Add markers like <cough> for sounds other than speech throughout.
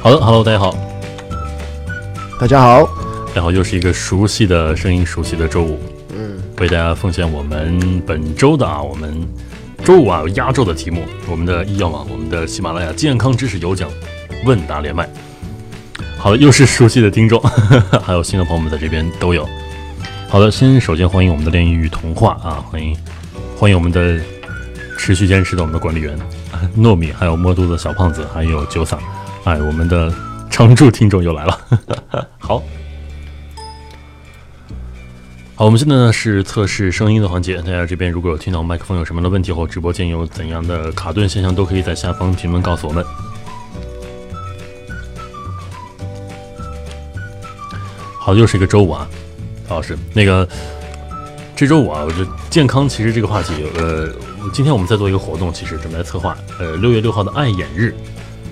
好的，Hello，大家好，大家好，大家好，又是一个熟悉的声音，熟悉的周五，嗯，为大家奉献我们本周的啊，我们周五啊压轴的题目，我们的医药网，我们的喜马拉雅健康知识有奖问答连麦。好的，又是熟悉的听众， <laughs> 还有新的朋友们在这边都有。好的，先首先欢迎我们的炼狱童话啊，欢迎欢迎我们的持续坚持的我们的管理员啊糯米，还有摸肚子小胖子，还有九嗓，哎，我们的常驻听众又来了。 <laughs> 好，好，我们现在呢是测试声音的环节，大家这边如果有听到麦克风有什么样的问题或直播间有怎样的卡顿现象，都可以在下方评论告诉我们。好，又是一个周五啊，老师，那个这周五啊，我觉得健康其实这个话题，呃，今天我们在做一个活动，其实正在策划，呃，六月六号的爱眼日。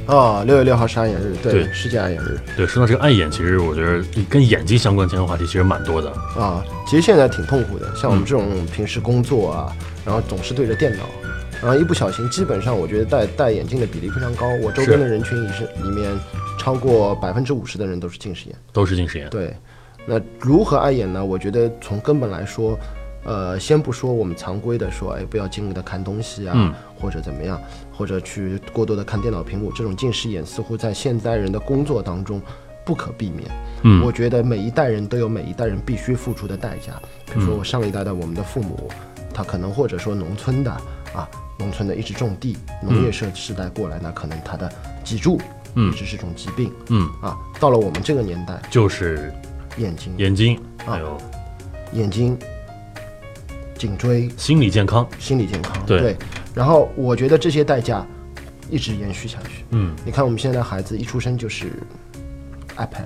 哦，六月六号是爱眼日，对，对世界爱眼日对，说到这个爱眼，其实我觉得跟眼睛相关健康话题其实蛮多的。啊。其实现在挺痛苦的，像我们这种平时工作啊，然后总是对着电脑，然后一不小心，基本上我觉得戴戴眼镜的比例非常高。我周边的人群里是里面超过百分之五十的人都是近视眼。都是近视眼。对，那如何爱眼呢？我觉得从根本来说，呃，先不说我们常规的说，哎，不要精力的看东西啊，嗯或者怎么样，或者去过多的看电脑屏幕，这种近视眼似乎在现代人的工作当中不可避免。嗯我觉得每一代人都有每一代人必须付出的代价，比嗯如说我上一代的我们的父母，他可能或者说农村的啊，农村的一直种地，农嗯业社世代过来呢，可能他的脊柱一直是种疾病。嗯，啊，到了我们这个年代，就是眼睛、眼睛，啊还有眼睛、颈椎、心理健康。心理健康。对然后我觉得这些代价一直延续下去。嗯你看我们现在孩子一出生就是 iPad，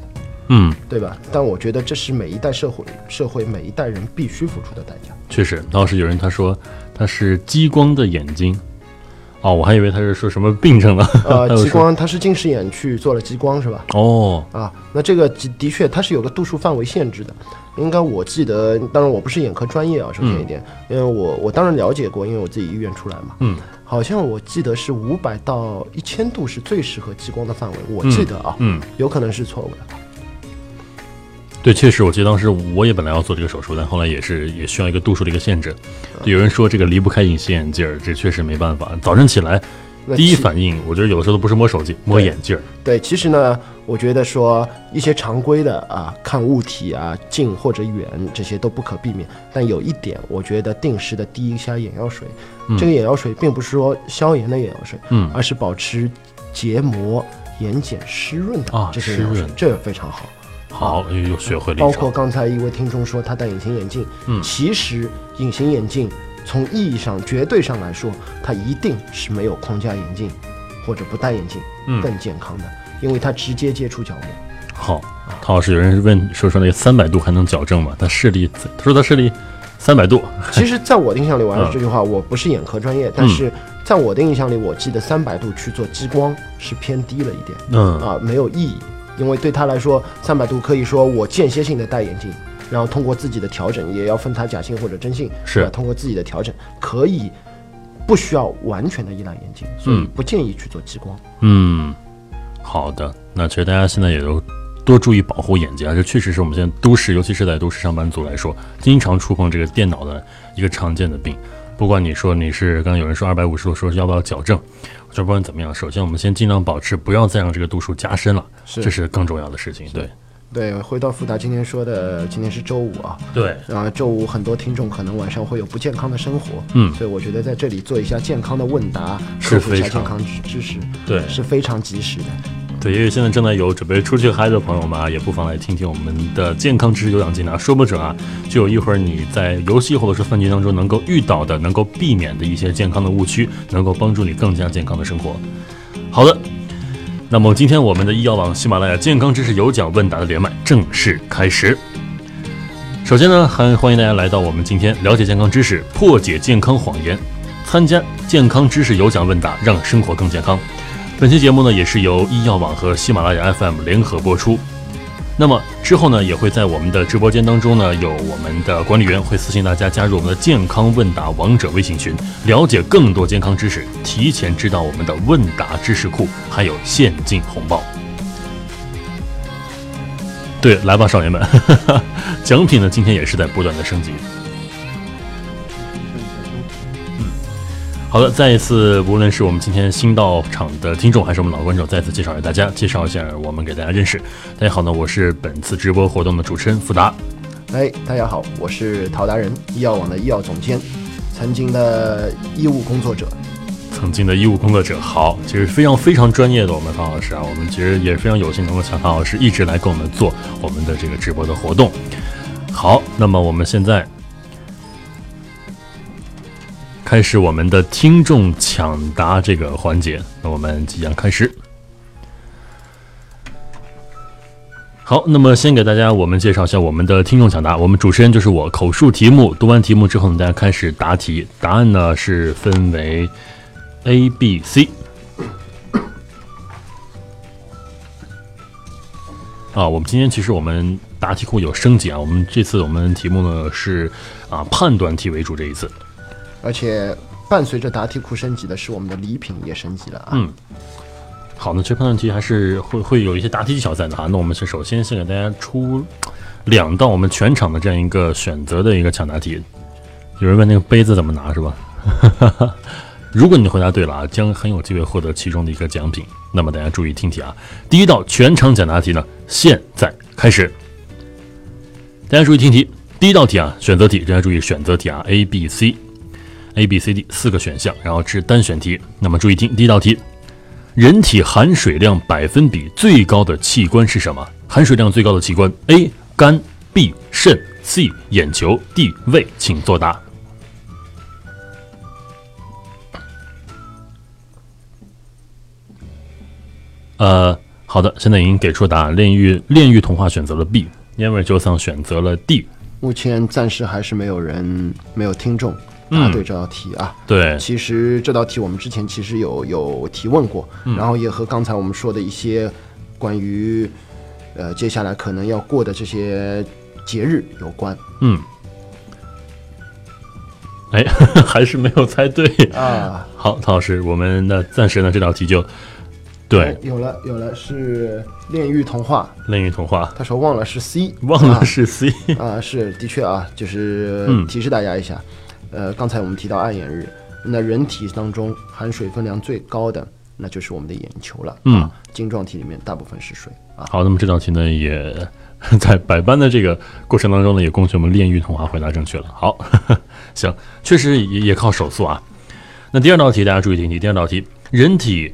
嗯，对吧？但我觉得这是每一代社会社会每一代人必须付出的代 <laughs> 价。确实，当时有人他说他是激光的眼睛，哦，我还以为他是说什么病症呢。 <laughs> 呃还，有激说光它是近视眼去做了激光是吧？哦，啊，那这个的的确它是有个度数范围限制的。应该我记得，当然我不是眼科专业啊，首先一点，因为我我当然了解过，因为我自己医院出来嘛。嗯，好像我记得是五百到一千度是最适合激光的范围，我记得啊，嗯，有可能是错误的。对，确实，我记得当时我也本来要做这个手术，但后来也是也需要一个度数的一个限制。有人说这个离不开隐形眼镜儿，这确实没办法。早晨起来那第一其反应，我觉得有的时候都不是摸手机，摸对眼镜儿。对，其实呢，我觉得说一些常规的啊，看物体啊，近或者远这些都不可避免。但有一点，我觉得定时的滴一下眼药水，这个眼药水并不是说消炎的眼药水，嗯而是保持结膜、眼睑湿润的啊这些眼药湿水，润这非常好。好，又又学会了包一括招。刚才一位听众说他戴隐形眼镜，嗯，其实隐形眼镜从意义上、绝对上来说，它一定是没有框架眼镜或者不戴眼镜更健康的，因为它直接接触角膜。好，陶老师，有人问说说那个三百度还能矫正吗？他视力，他说他视力三百度，其实，在我的印象里，我还是这句话，我不是眼科专业，但是在我的印象里，我记得三百度去做激光是偏低了一点，嗯，啊，没有意义，因为对他来说，三百度可以说我间歇性的戴眼镜，然后通过自己的调整，也要分它假性或者真性，是吧通过自己的调整可以不需要完全的依赖眼镜，所以嗯不建议去做激光。嗯，好的。那其实大家现在也都多注意保护眼睛啊，这确实是我们现在都市，尤其是在都市上班族来说，经常触碰这个电脑的一个常见的病。不管你说你是刚刚有人说二百五十度，说要不要矫正，我说不管怎么样，首先我们先尽量保持，不要再让这个度数加深了，是这是更重要的事情。对对，回到富达今天说的，今天是周五啊，对，然后周五很多听众可能晚上会有不健康的生活，嗯所以我觉得在这里做一下健康的问答，是科普一下非常健康知知识，对是非常及时的。对，因为现在正在有准备出去嗨的朋友们啊，也不妨来听听我们的健康知识有氧技能啊，说不准啊，就有一会儿你在游戏或者是饭局当中能够遇到的、能够避免的一些健康的误区，能够帮助你更加健康的生活。好的，那么今天我们的医药网喜马拉雅健康知识有奖问答的连麦正式开始。首先呢，还欢迎大家来到我们今天了解健康知识、破解健康谎言、参加健康知识有奖问答，让生活更健康。本期节目呢，也是由医药网和喜马拉雅 FM 联合播出。那么之后呢，也会在我们的直播间当中呢，有我们的管理员会私信大家加入我们的健康问答王者微信群，了解更多健康知识，提前知道我们的问答知识库，还有现金红包。对，来吧，少年们， <laughs> 奖品呢今天也是在不断的升级。好的，再一次，无论是我们今天新到场的听众，还是我们老观众，再次介绍给大家，介绍一下我们给大家认识。大家好呢，我是本次直播活动的主持人富达。哎，大家好，我是陶达人，医药网的医药总监，曾经的医务工作者。曾经的医务工作者，好，其实非常非常专业的我们方老师啊，我们其实也非常有幸能够请方老师一直来跟我们做我们的这个直播的活动。好，那么我们现在开始我们的听众抢答这个环节，那我们即将开始。好，那么先给大家我们介绍一下我们的听众抢答。我们主持人就是我，口述题目，读完题目之后呢，大家开始答题。答案呢是分为 A、B、C。啊，我们今天其实我们答题库有升级啊，我们这次我们题目呢是啊判断题为主这一次。而且伴随着答题库升级的是我们的礼品也升级了啊。嗯好呢，这判断题还是会会有一些答题技巧在的哈。那我们是首先先给大家出两道我们全场的这样一个选择的一个抢答题。有人问那个杯子怎么拿是吧？ <laughs> 如果你回答对了啊，将很有机会获得其中的一个奖品。那么大家注意听题啊，第一道全场抢答题呢，现在开始。大家注意听题，第一道题啊，选择题，大家注意选择题啊，A、B、C、A、B、C、D 四个选项，然后是单选题。那么注意听第一道题，人体含水量百分比最高的器官是什么？含水量最高的器官：A. 肝 B. 肾 C. 眼球 D. 胃，请作答。呃，好的，现在已经给出答案，炼狱炼狱童话选择了 B，烟味九桑选择了 D。目前暂时还是没有人没有听众答对这道题啊。对，其实这道题我们之前其实有有提问过，嗯然后也和刚才我们说的一些关于呃接下来可能要过的这些节日有关嗯，哎， <laughs> 还是没有猜对。啊。好，陶老师，我们那暂时呢这道题就对哎有了有了，是《炼狱童话》，炼狱童话，他说忘了是 C，忘了是 C。啊，是的确啊，就是嗯提示大家一下，呃，刚才我们提到暗眼日，那人体当中含水分量最高的，那就是我们的眼球了。嗯啊，晶状体里面大部分是水啊。好，那么这道题呢，也 <laughs> 在百般的这个过程当中呢，也恭喜我们炼狱童话回答正确了。好， <laughs> 行，确实也也靠手速啊。那第二道题，大家注意听题。第二道题，人体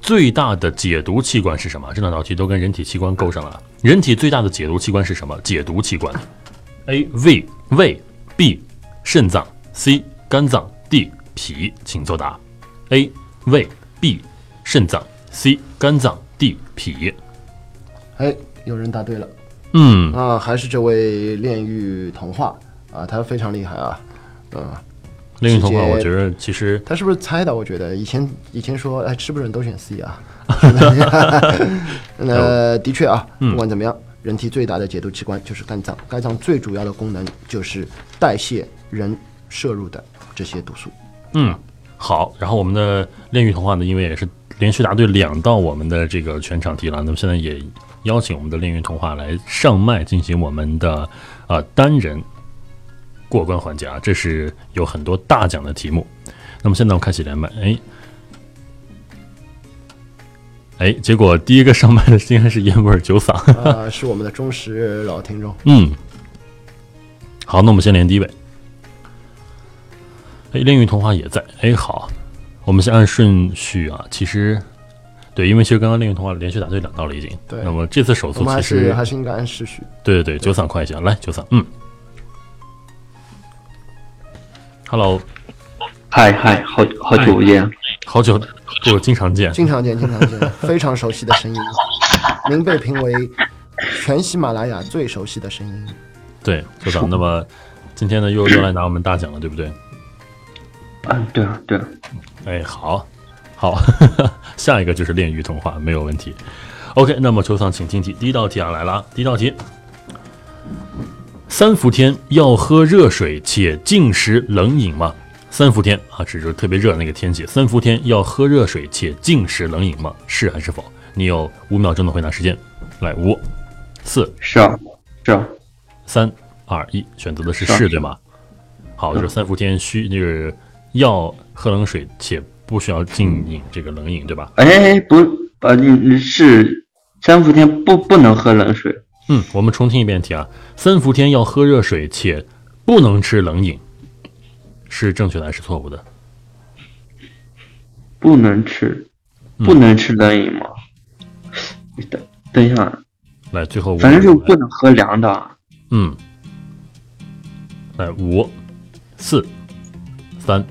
最大的解毒器官是什么？这两道题都跟人体器官勾上了啊。人体最大的解毒器官是什么？解毒器官：A. 胃胃 B. 肾脏 C. 肝脏 D. 脾，请作答。A. 胃 B. 肾脏 C. 肝脏 D. 脾。哎，有人答对了嗯，啊，还是这位炼狱童话啊，他非常厉害啊，嗯。另一童话，直接我觉得其实他是不是猜的？我觉得以前以前说，哎，是不是人都选 <laughs> C 啊？那的确啊，嗯不管怎么样，人体最大的解毒器官就是肝脏，肝脏最主要的功能就是代谢人摄入的这 <laughs> 些毒素。嗯，好。然后我们的炼狱童话呢，因为也是连续答对两道我们的这个全场题了，那么现在也邀请我们的炼狱童话来上麦进行我们的呃单人过关环节啊，这是有很多大奖的题目。那么现在我们开启连麦，哎。哎，结果第一个上麦的竟然是烟味儿酒嗓，啊，是我们的忠实老听众。嗯，好，那我们先连第一位。哎，炼狱童话也在。哎，好，我们先按顺序啊。其实，对，因为其实刚刚炼狱童话连续答对两道了已经。对那么这次手我速们还其是实还是应该按时序。对对对，九嗓快一些，来九嗓，嗯。Hello，嗨嗨，好好久不见。好久不经常见。经常见，经常见，非常熟悉的 <laughs> 声音。您被评为全喜马拉雅最熟悉的声音。对，九嗓。那么今天呢，又又来拿我们大奖了，对不对？嗯，对啊对啊，哎，好，好， <laughs> 下一个就是炼狱童话，没有问题。OK，那么秋桑，请听题。第一道题啊，来了啊，第一道题，三伏天要喝热水且禁食冷饮吗？三伏天啊，指就是特别热的那个天气。三伏天要喝热水且禁食冷饮吗？是还是否？你有五秒钟的回答时间，来，五、四是啊，是啊，三二一，选择的是是啊是，对吗？好，就是三伏天需就是要喝冷水，且不需要禁饮这个冷饮，对吧？哎，不，呃，你你是三伏天不不能喝冷水，嗯，我们重听一遍题啊，三伏天要喝热水，且不能吃冷饮，是正确的还是错误的？不能吃，嗯不能吃冷饮吗？你等等一下，来，最后五，反正就不能喝凉的啊。嗯，来五、四、三、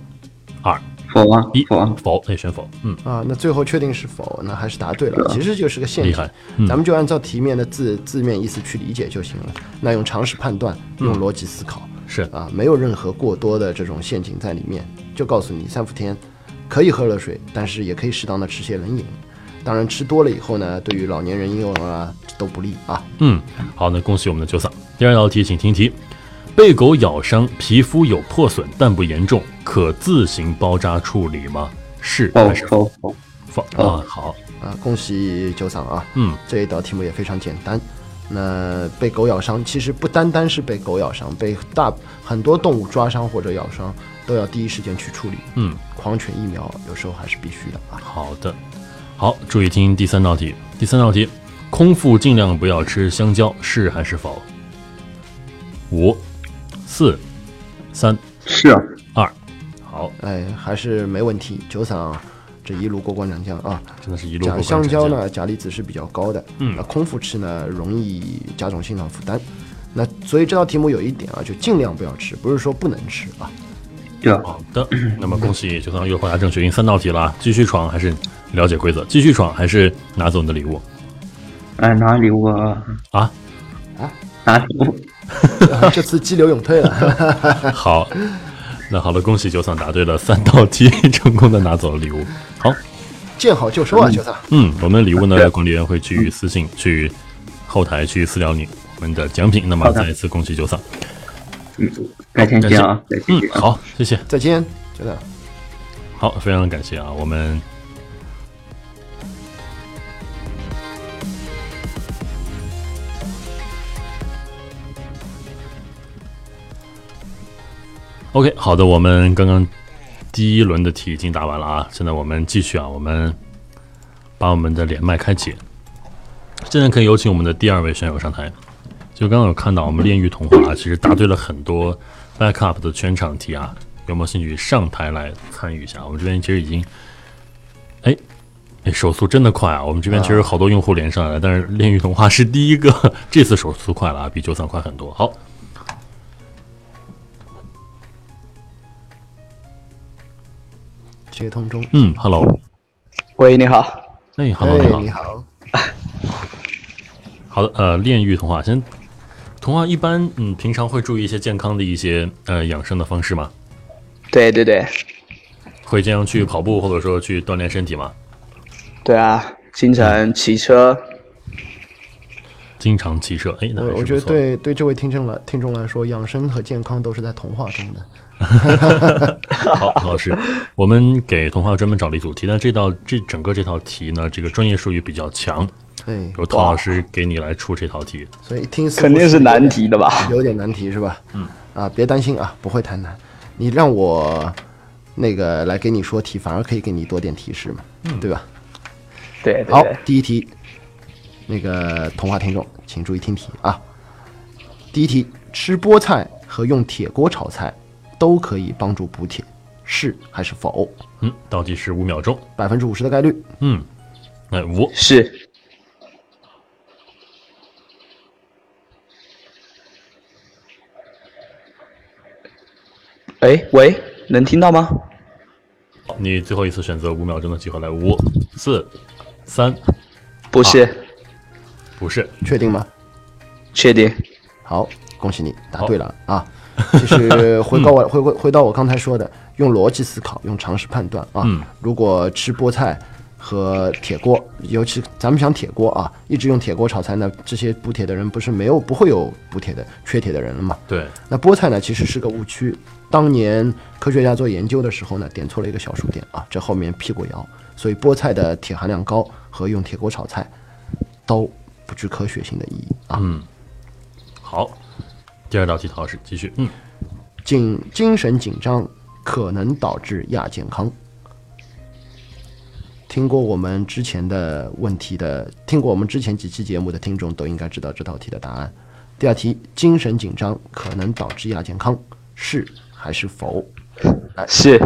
二、否啊一，否啊，否，哎，选否，嗯，啊，那最后确定是否，那还是答对了。其实就是个陷厉阱，害，嗯咱们就按照题面的字字面意思去理解就行了。那用常识判断，用逻辑思考、是，啊，没有任何过多的这种陷阱在里面，就告诉你三伏天可以喝热水，但是也可以适当的吃些冷饮。当然，吃多了以后呢，对于老年人、婴幼儿啊都不利啊。嗯，好，那恭喜我们的九嫂。第二道题，请听题：被狗咬伤，皮肤有破损但不严重，可自行包扎处理吗？是否还是否否，否？否啊，好，啊，恭喜九嗓啊！嗯，这一道题目也非常简单。那被狗咬伤，其实不单单是被狗咬伤，被大很多动物抓伤或者咬伤，都要第一时间去处理。嗯，狂犬疫苗有时候还是必须的啊。好的，好，注意听第三道题。第三道题，空腹尽量不要吃香蕉，是还是否？五、四、三、是啊，二，好，哎，还是没问题。九嗓、这一路过关斩将啊！真的是一路过讲关香斩蕉将？呢，钾离子是比较高的，嗯那空腹吃呢，容易甲种心糖负担。那所以这道题目有一点啊，就尽量不要吃，不是说不能吃啊。 <laughs> 对啊，好的， <clears throat> 那么恭喜九三又回答正确，赢三道题了啊！继续闯还是了解规则？继续闯还是拿走你的礼物哎，哪里我啊啊？哪里我这次激流勇退了。 <laughs> 好，那好了，恭喜九三答对了三道题，成功的拿走了礼物。好，见好就收啊，九嫂。嗯，我们的礼物呢，对管理员会去私信、去后台去私聊你我们的奖品。那么好的再一次恭喜九三，嗯改天见啊，改天嗯见，啊。好，谢谢，再见，九嫂。好，非常感谢啊，我们，OK，好的，我们刚刚第一轮的题已经答完了啊，现在我们继续啊，我们把我们的连麦开启，现在可以有请我们的第二位选手上台。就刚刚有看到我们炼狱童话啊，其实答对了很多 backup 的全场题啊，有没有兴趣上台来参与一下？我们这边其实已经，哎，哎，手速真的快啊！我们这边其实好多用户连上来了，但是炼狱童话是第一个， <laughs> 这次手速快了啊，比九三快很多。好，接通中。嗯，Hello，喂，你好。哎哎，Hello，你好你，好，好的，呃，炼狱童话先，童话一般嗯，平常会注意一些健康的一些呃养生的方式吗？对对对，会经常去跑步或者说去锻炼身体吗？对啊，经常骑车。经常骑车，哎，那我还是我觉得不错对对这位听众来听众来说，养生和健康都是在童话中的。好，老师，我们给童话专门找了一组题，但这道这整个这套题呢，这个专业术语比较强，哎，由陶老师给你来出这套题。所以一听似乎肯定是难题有的吧点，有点难题是吧？嗯，啊，别担心啊，不会太难。你让我那个来给你说题，反而可以给你多点提示嘛，对吧？对对好对，，第一题，那个童话听众，请注意听题啊。第一题，吃菠菜和用铁锅炒菜都可以帮助补铁，是还是否？嗯，倒计时五秒钟。百分之五十的概率。嗯，哎，五、是哎喂，能听到吗？你最后一次选择五秒钟的机会来，五、四、三，不是，不是，确定吗？确定。好，恭喜你答对了啊！就是回到我回回回到我刚才说的，用逻辑思考，用常识判断啊。嗯如果吃菠菜和铁锅，尤其咱们想铁锅啊，一直用铁锅炒菜呢，这些补铁的人不是没有不会有补铁的缺铁的人了嘛？对，那菠菜呢，其实是个误区。当年科学家做研究的时候呢，点错了一个小数点啊，这后面辟过谣，所以菠菜的铁含量高和用铁锅炒菜都不具科学性的意义啊。好，第二道题，陶老师继续。嗯，紧精神紧张可能导致亚健康。听过我们之前的问题的，听过我们之前几期节目的听众都应该知道这道题的答案。第二题，精神紧张可能导致亚健康，是还是否？是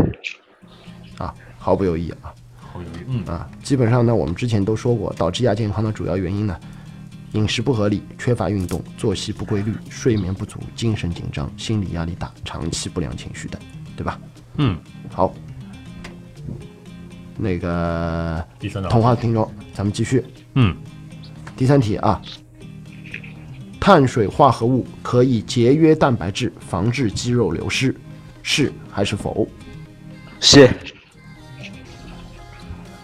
啊，毫不犹豫啊。好犹豫。嗯啊，基本上呢，我们之前都说过，导致亚健康的主要原因呢，饮食不合理、缺乏运动、作息不规律、睡眠不足、精神紧张、心理压力大、长期不良情绪等，对吧？嗯，好，那个第三道。童话听众，咱们继续嗯，第三题啊。碳水化合物可以节约蛋白质，防治肌肉流失，是还是否？是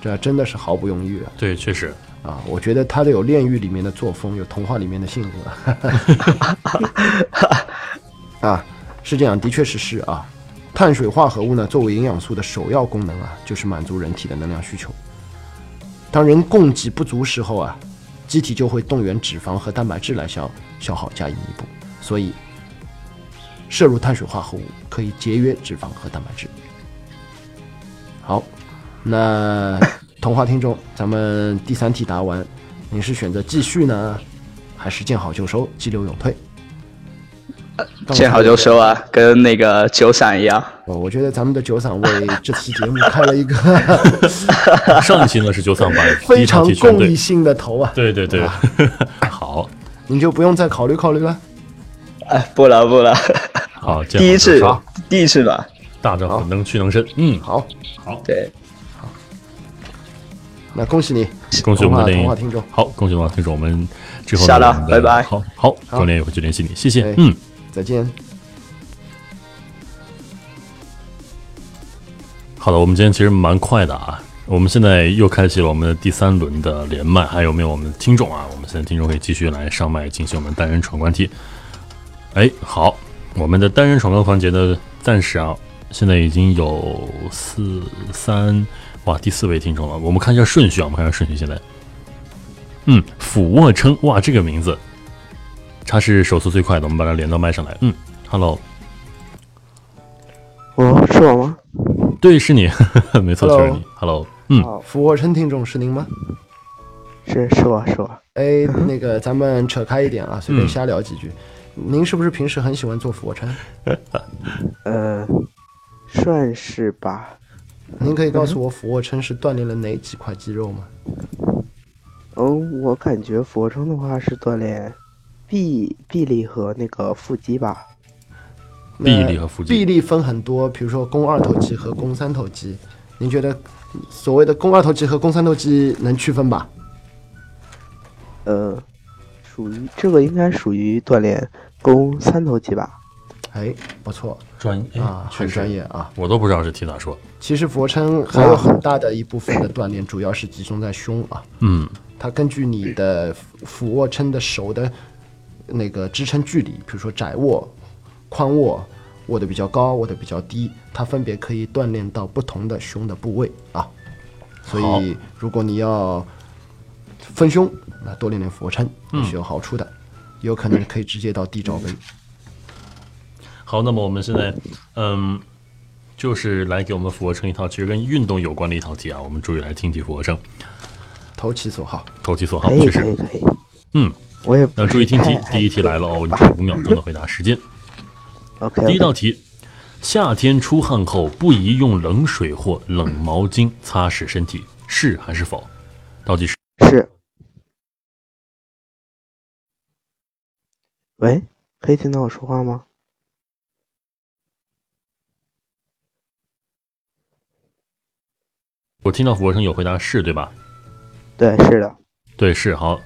这真的是毫不犹豫啊！对，确实，啊，我觉得他的有炼狱里面的作风，有童话里面的性格。 <laughs> 啊，是这样，的确是是啊。碳水化合物呢，作为营养素的首要功能啊，就是满足人体的能量需求。当人供给不足时候啊，机体就会动员脂肪和蛋白质来消消耗加以弥补，所以摄入碳水化合物可以节约脂肪和蛋白质。好，那童话听众，咱们第三题答完，你是选择继续呢，还是见好就收、激流勇退？刚才见好就收啊，跟那个九散一样。哦，我觉得咱们的酒嗓为这期节目开了一个上一期呢是九三八，第 <laughs> 非一场常题全公益对，性的头啊，对对对， <laughs> 好你就不用再考虑考虑了。哎，不了不了，好，见好 <laughs> 第一就次收第一次吧。大丈夫能屈能伸，嗯，好，对，那恭喜你，恭喜我们的童电话童话影听众好，恭喜我们的听众，我们之后呢下了我们的拜拜好好，教练也会去联系你，谢谢哎，嗯。再见。好的，我们今天其实蛮快的啊。我们现在又开启了我们的第三轮的连麦，还有没有我们的听众啊？我们现在听众可以继续来上麦进行我们单人闯关题。哎，好，我们的单人闯关环节的暂时啊，现在已经有四三哇，第四位听众了。我们看一下顺序啊，我们看一下顺序。现在，嗯，俯卧撑哇，这个名字，他是手速最快的，我们把它连到麦上来。嗯，Hello，哦，是我吗？对，是你， <laughs> 没错，就是 Hello 你，Hello，嗯，俯卧撑听众是您吗？哦是是我是我，哎，那个咱们扯开一点啊，随嗯便瞎聊几句。您是不是平时很喜欢做俯卧撑？呃，算是吧。您可以告诉我俯卧撑是锻炼了哪几块肌肉吗？嗯，我感觉俯卧撑的话是锻炼臂臂力和那个腹肌吧。那臂力和腹肌臂力分很多，比如说肱二头肌和肱三头肌。您觉得所谓的肱二头肌和肱三头肌能区分吧？呃，属于这个应该属于锻炼肱三头肌吧。哎，不错专哎业啊，很专业啊。我都不知道是提哪说。其实俯卧撑还有很大的一部分的锻炼，主要是集中在胸啊。嗯，它根据你的俯俯卧撑的手的那个支撑距离，比如说窄握、宽握、握的比较高、握的比较低，它分别可以锻炼到不同的胸的部位啊。所好以，如果你要分胸，那多练练俯卧撑也是有好处的，有可能可以直接到低罩杯。好，那么我们现在，嗯，就是来给我们俯卧撑一套其实跟运动有关的一套题啊，我们注意来听题俯卧撑，投其所好，投其所好，可以确可实，以哎可以。嗯，我也不那注意是听题太，第一题来了哦，你只有五秒钟的回答时间。 OK，第一道题，夏天出汗后不宜用冷水或冷毛巾擦拭身体，是还是否？倒计时是。喂，可以听到我说话吗？我听到俯卧撑有回答是对吧？对，是的。对，是好，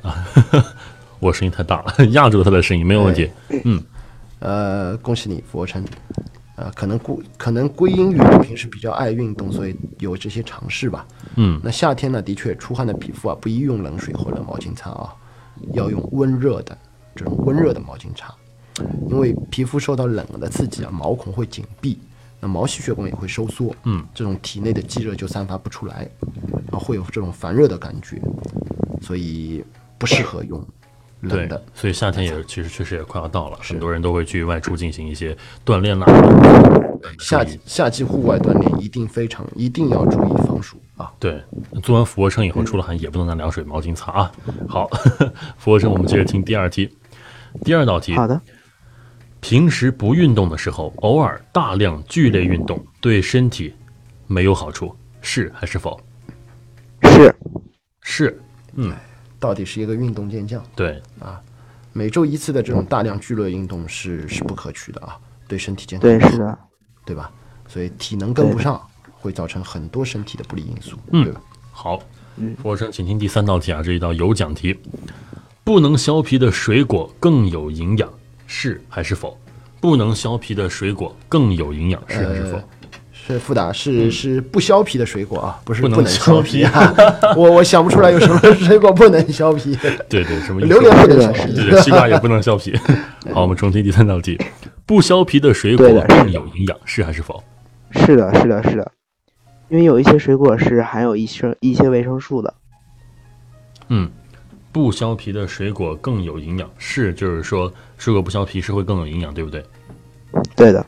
<laughs> 我声音太大了，压住了他的声音，没有问题。呃，恭喜你俯卧撑。呃，可能归可能归因于你平时比较爱运动，所以有这些尝试吧。嗯那夏天呢，的确出汗的皮肤啊，不宜用冷水或者毛巾擦啊，要用温热的这种温热的毛巾擦，因为皮肤受到冷的刺激啊，毛孔会紧闭，那毛细血管也会收缩，嗯，这种体内的积热就散发啊不出来，啊，会有这种烦热的感觉，所以不适合用冷对的，，所以夏天也其实确实也快要到了，是很多人都会去外出进行一些锻炼啦。夏注季意夏季户外锻炼一定非常一定要注意防暑啊。对，做完俯卧撑以后出了汗也不能拿凉水毛巾擦啊。好， <laughs> 俯卧撑我们接着听第二题。第二道题，好的，平时不运动的时候，偶尔大量剧烈运动对身体没有好处，是还是否？是是，到底是一个运动健将，对，每周一次的这种大量剧烈运动是是不可取的啊，对身体健康对是的，对吧？所以体能跟不上，会造成很多身体的不利因素，嗯对吧？好，俯卧撑，请听第三道题啊，这一道有奖题，不能削皮的水果更有营养，是还是否？不能削皮的水果更有营养，是还是否？是富达，是是不削皮的水果啊，嗯不是不能能削削皮啊！ <laughs> 我我想不出来有什么水果 <laughs> 不能削皮，对对，什么意思榴莲不能对削皮。对，西瓜也不能削皮。好，我们重听第三道题，不削皮的水果对的更有营养，是还是否？是的，是的，是的，因为有一些水果是含有一些一些维生素的，嗯，不削皮的水果更有营养，是就是说水果不削皮是会更有营养，对不对？对的，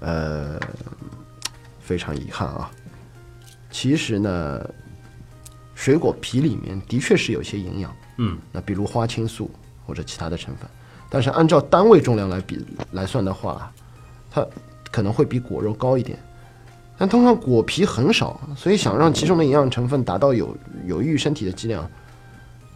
呃，非常遗憾啊。其实呢，水果皮里面的确是有些营养，嗯，那比如花青素或者其他的成分，但是按照单位重量来比来算的话，它可能会比果肉高一点。但通常果皮很少，所以想让其中的营养成分达到有有益于身体的剂量，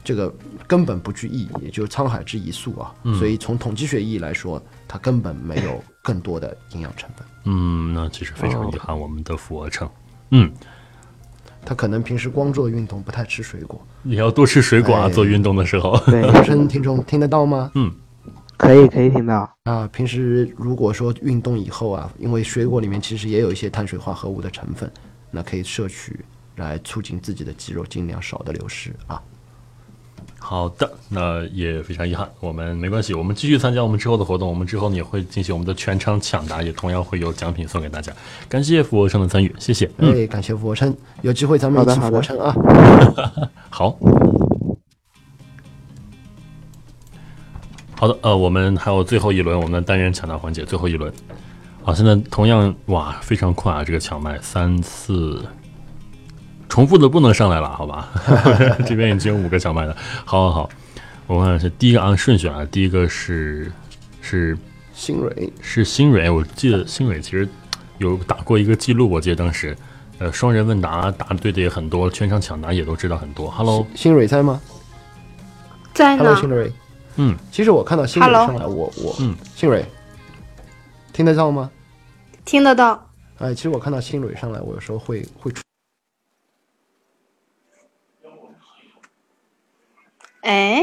这个根本不具意义，也就是沧海之一粟啊。所以从统计学意义来说，它根本没有更多的营养成分。嗯，那其实非常遗憾，我们的俯卧撑，嗯，他可能平时光做运动，不太吃水果。也要多吃水果啊，哎做运动的时候。 <laughs> 对，女生听众听得到吗？可以可以听到，啊，平时如果说运动以后啊，因为水果里面其实也有一些碳水化合物的成分，那可以摄取来促进自己的肌肉尽量少的流失啊。好的，那也非常遗憾，我们没关系，我们继续参加我们之后的活动，我们之后呢也会进行我们的全场抢答，也同样会有奖品送给大家。感谢俯卧撑的参与，谢谢。嗯，哎，感谢俯卧撑，有机会咱们一起好俯的卧撑啊。好。好的，呃，我们还有最后一轮我们的单人抢答环节，最后一轮。好，现在同样哇，非常快啊，这个抢麦三四，重复的不能上来了，好吧？ <laughs> 这边已经有五个抢麦了。好好好，我看一下第一个按顺序啊，第一个是是新蕊，是新蕊，我记得新蕊其实有打过一个记录，我记得当时，呃，双人问答答对的也很多，全场抢答也都知道很多。Hello，新蕊在吗在？Hello，呢。新蕊。嗯，其实我看到新蕊 Hello 上来，我我嗯，新蕊听得到吗？听得到，哎，其实我看到新蕊上来，我有时候会会出哎，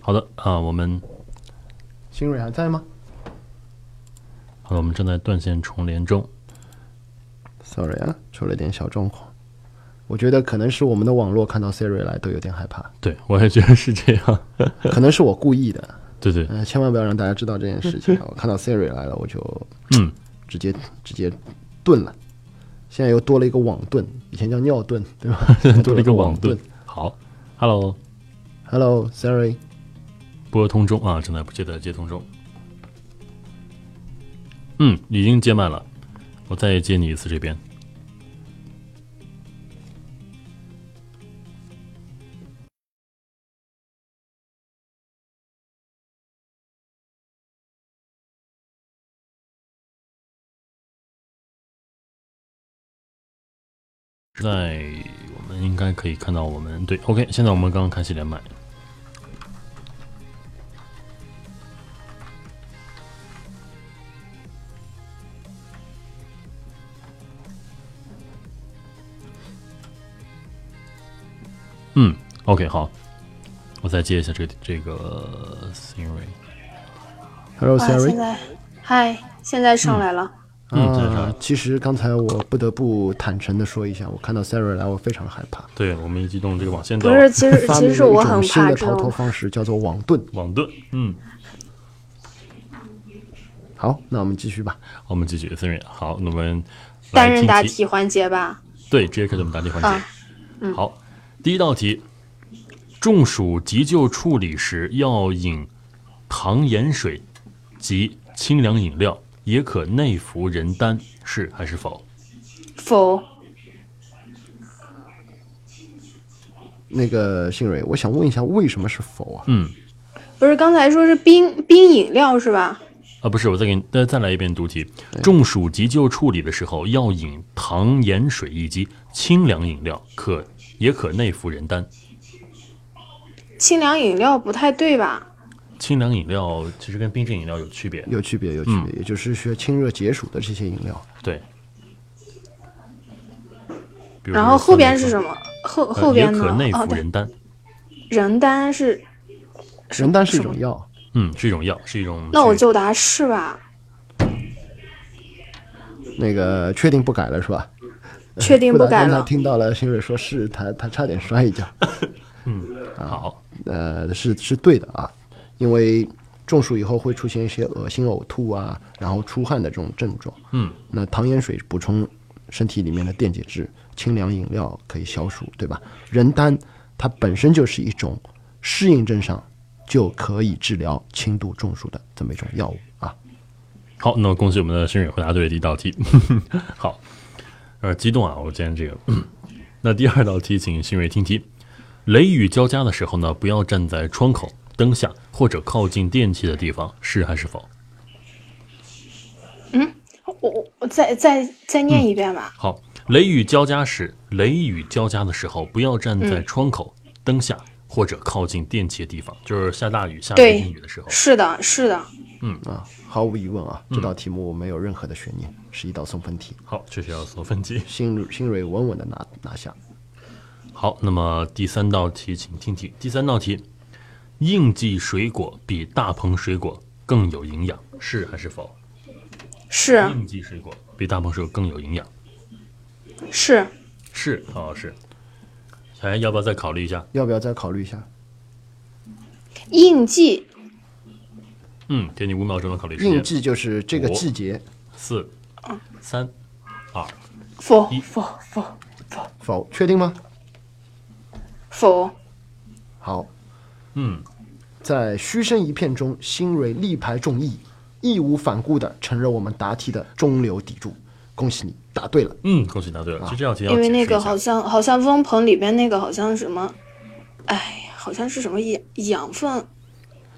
好的啊，我们新蕊还在吗好的，我们正在断线重连中。 ？Sorry 啊，出了点小状况。我觉得可能是我们的网络看到 Siri 来都有点害怕，对，我也觉得是这样。 <laughs> 可能是我故意的。对对，嗯、千万不要让大家知道这件事 <laughs> 情啊。我看到 Siri 来了，我就嗯，？直接直接顿了。现在又多了一个网盾，以前叫尿遁，对吧 <laughs> 多了一个网盾盾。。好，Hello， Hello Siri，拨通中啊，正在接的接通中。嗯，已经接满了，我再接你一次这边。现在我们应该可以看到我们对，OK，现在我们刚刚开启连麦，嗯，OK，好，我再接一下这个这个 Siri， Hello 哇，啊现 Siri，在，嗨，现在上来了。嗯在这儿啊，其实刚才我不得不坦诚的说一下，我看到 Siri 来，我非常害怕。对我们一激动，这个网嗯线不掉是，其实发其明实了一我很种新怕的这逃脱种。方式，叫做网盾。网盾，嗯，好，那我们继续吧。我们继续 Siri，好，那我们来单人听答题题环节吧。对，直接开始我们答题环节。啊好，第一道题，中暑急救处理时要饮糖盐水及清凉饮料，也可内服人丹，是还是否？否，那个信蕊，我想问一下，为什么是否啊？嗯，不是刚才说是冰冰饮料是吧？啊，不是，我再给你再再来一遍读题。中暑急救处理的时候要饮糖盐水以及清凉饮料，可也可内服人丹。清凉饮料不太对吧？清凉饮料其实跟冰镇饮料有区别，有区别，有区别，嗯也就是说清热解暑的这些饮料。对。比如然说后后酸梅边是汤什么？后呃后边也呢可内？哦，服对，人丹。人丹是人丹是一种什药，嗯，是一种药，是一种。那我是就答是吧？那个确定不改了是吧？确定不然改刚了才。听到了信蕊说是，他他差点摔一跤。好，呃，是是对的啊，因为中暑以后会出现一些恶心、呕吐啊，然后出汗的这种症状。嗯，那糖盐水补充身体里面的电解质，清凉饮料可以消暑，对吧？人丹它本身就是一种适应症上就可以治疗轻度中暑的这么一种药物啊。好，那么恭喜我们的新蕊回答对第一道题。 <laughs> 好，有点激动啊，我今天这个。那第二道题，请新蕊听题：雷雨交加的时候呢，不要站在窗口、灯下或者靠近电器的地方，是还是否？我我我再再再嗯念一遍吧。好，雷雨交加时，雷雨交加的时候，不要站在窗口、灯下或者靠近电器的地方，就是下大雨、下对雷阵雨的时候。是的，是的。啊，毫无疑问啊，这道题目没有任何的悬念，是一道送分题。好，这是要送分题。新新蕊稳稳的拿拿下。好，那么第三道题，请听题。第三道题，应季水果比大棚水果更有营养，是还是否？是嗯应季水果比大棚水果更有营养，是，是哦，是。还哎要不要再考虑一下？要不要再考虑一下？应季嗯，给你五秒钟的考虑时应间。季就是这个五季节，四、啊三、二，否一否否否确定吗？否好，嗯，在嘘声一片中，新蕊力排众议，义无反顾地承认我们答题的中流砥柱。恭喜你答对了，嗯，恭喜答对了。就这道题要因为解释那一个下好像好像翁鹏里边那个好像什么，哎，好像是什么养养分，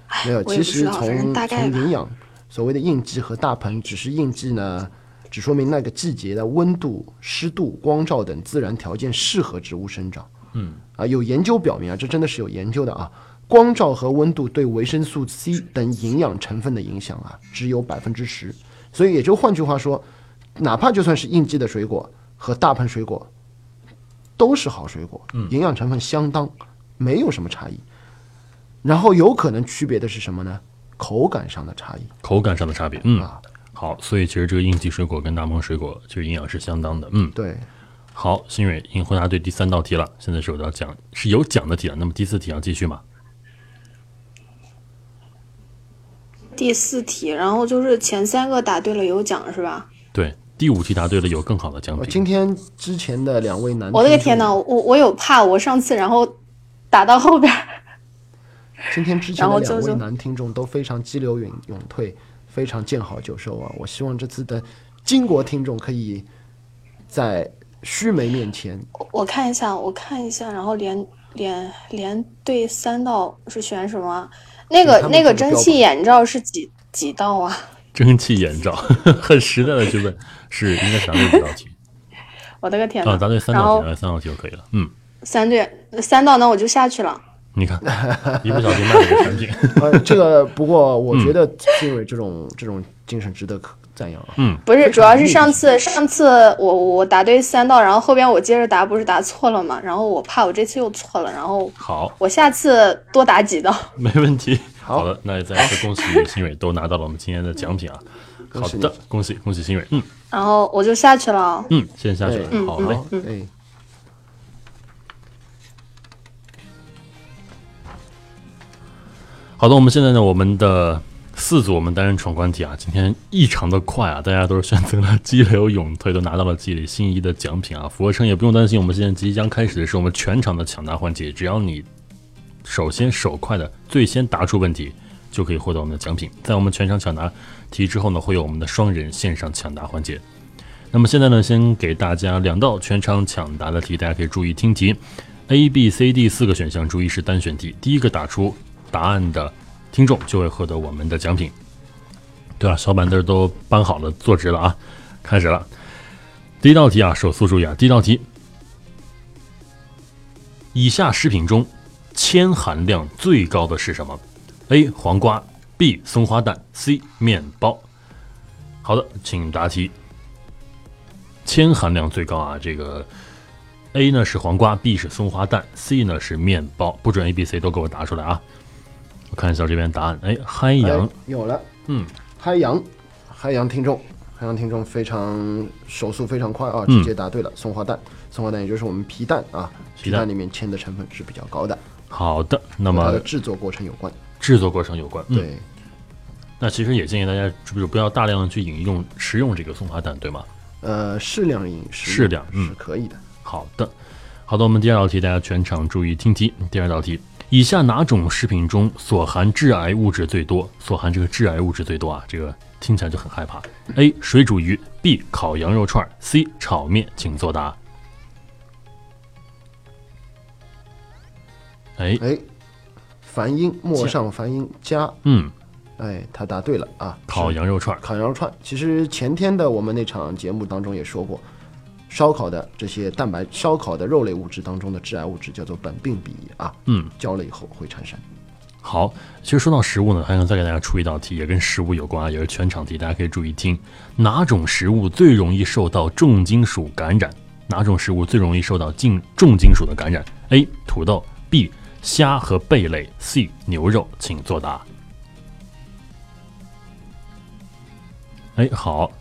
哎没有，，我其也不知实道，反正从大从概吧。营养所谓的应季和大棚，只是应季呢，只说明那个季节的温度、湿度、光照等自然条件适合植物生长。嗯，啊，有研究表明啊，这真的是有研究的啊。光照和温度对维生素 C 等营养成分的影响啊，只有百分之十。所以也就换句话说，哪怕就算是应季的水果和大棚水果，都是好水果，营养成分相当，没有什么差异。然后有可能区别的是什么呢？口感上的差异。口感上的差别。嗯啊，好，所以其实这个应季水果跟大棚水果其实营养是相当的。嗯，对，好，新蕊已经回答对第三道题了，现在是有要讲是有奖的题了，啊那么第四题要继续吗？第四题，然后就是前三个答对了有奖是吧？对，第五题答对了有更好的奖我品。今天之前的两位男，我的个天呐，！我我有怕，我上次然后打到后边儿， <laughs> 今天之前然的后两就位是男听众都非常激流勇勇退，非常见好就收啊！我希望这次的金国听众可以在须眉面前， <laughs> 我我看一下，我看一下，然后连连连对三道是选什么啊？那对他个们那个这个蒸标汽榜眼罩是几几道啊？ <laughs> 蒸汽眼罩， <laughs> 很实在的去问，是应该是答对几道题我的个天呐！ <laughs> 啊？答对三然道后题，答对三道题就可以了。嗯，三对三道，那我就下去了。你看，一不小心卖了个 <laughs> 产品。呃，这个不过我觉得金伟这种这种精神值得可赞扬啊！不是，主要是上次上次我我答对三道，然后后边我接着答不是答错了嘛，然后我怕我这次又错了，然后好，我下次多答几道。没问题。好的，那再次恭喜新蕊都拿到了我们今天的奖品啊！恭好喜你的，恭喜恭喜新蕊，嗯然后我就下去了啊。嗯，先下去了，对好好嘞，，哎，好的，我们现在呢，我们的四组我们单人闯关题啊，今天异常的快啊，大家都是选择了激流勇退，都拿到了自己的心仪的奖品啊。俯卧撑也不用担心，我们现在即将开始的是我们全场的抢答环节，只要你首先手快的最先答出问题，就可以获得我们的奖品。在我们全场抢答题之后呢，会有我们的双人线上抢答环节。那么现在呢，先给大家两道全场抢答的题，大家可以注意听题。A、B、C、D 四个选项，注意是单选题。第一个打出答案的听众就会获得我们的奖品。对了、小板凳都搬好了，坐直了啊，开始了。第一道题啊，手速注意啊。第一道题，以下食品中铅含量最高的是什么？A. 黄瓜，B. 松花蛋，C. 面包。好的，请答题。铅含量最高啊，这个 A 呢是黄瓜，B 是松花蛋，C 呢是面包。不准 A、B、C 都给我答出来啊！我看一下这边答案，哎，嗨哎羊，有了，嗯，嗨羊，嗨羊听众，嗨羊听众非常手速非常快啊，嗯直接答对了，松花蛋，松花蛋也就是我们皮蛋啊，皮蛋蛋里面铅的成分是比较高的，好的，那和它么的制作过程有关，制作过程有关。嗯，对，那其实也建议大家，就是不要大量的去饮用食用这个松花蛋，对吗？呃，适量饮食，适量嗯是可以的，好的，好的，我们第二道题，大家全场注意听题。第二道题，以下哪种食品中所含致癌物质最多？所含这个致癌物质最多啊，这个听起来就很害怕。A. 水煮鱼，B. 烤羊肉串儿，C. 炒面，请作答。哎，哎，梵音陌上梵音加，嗯，哎，他答对了啊，烤羊肉串儿，烤羊肉串。其实前天的我们那场节目当中也说过，烧烤的这些蛋白、烧烤的肉类物质当中的致癌物质叫做苯并芘啊，嗯，焦了以后会产生。好，其实说到食物呢，还想再给大家出一道题，也跟食物有关啊，也是全场题，大家可以注意听。哪种食物最容易受到重金属感染？哪种食物最容易受到近重金属的感染？A. 土豆，B. 虾和贝类，C. 牛肉，请作答。哎，好，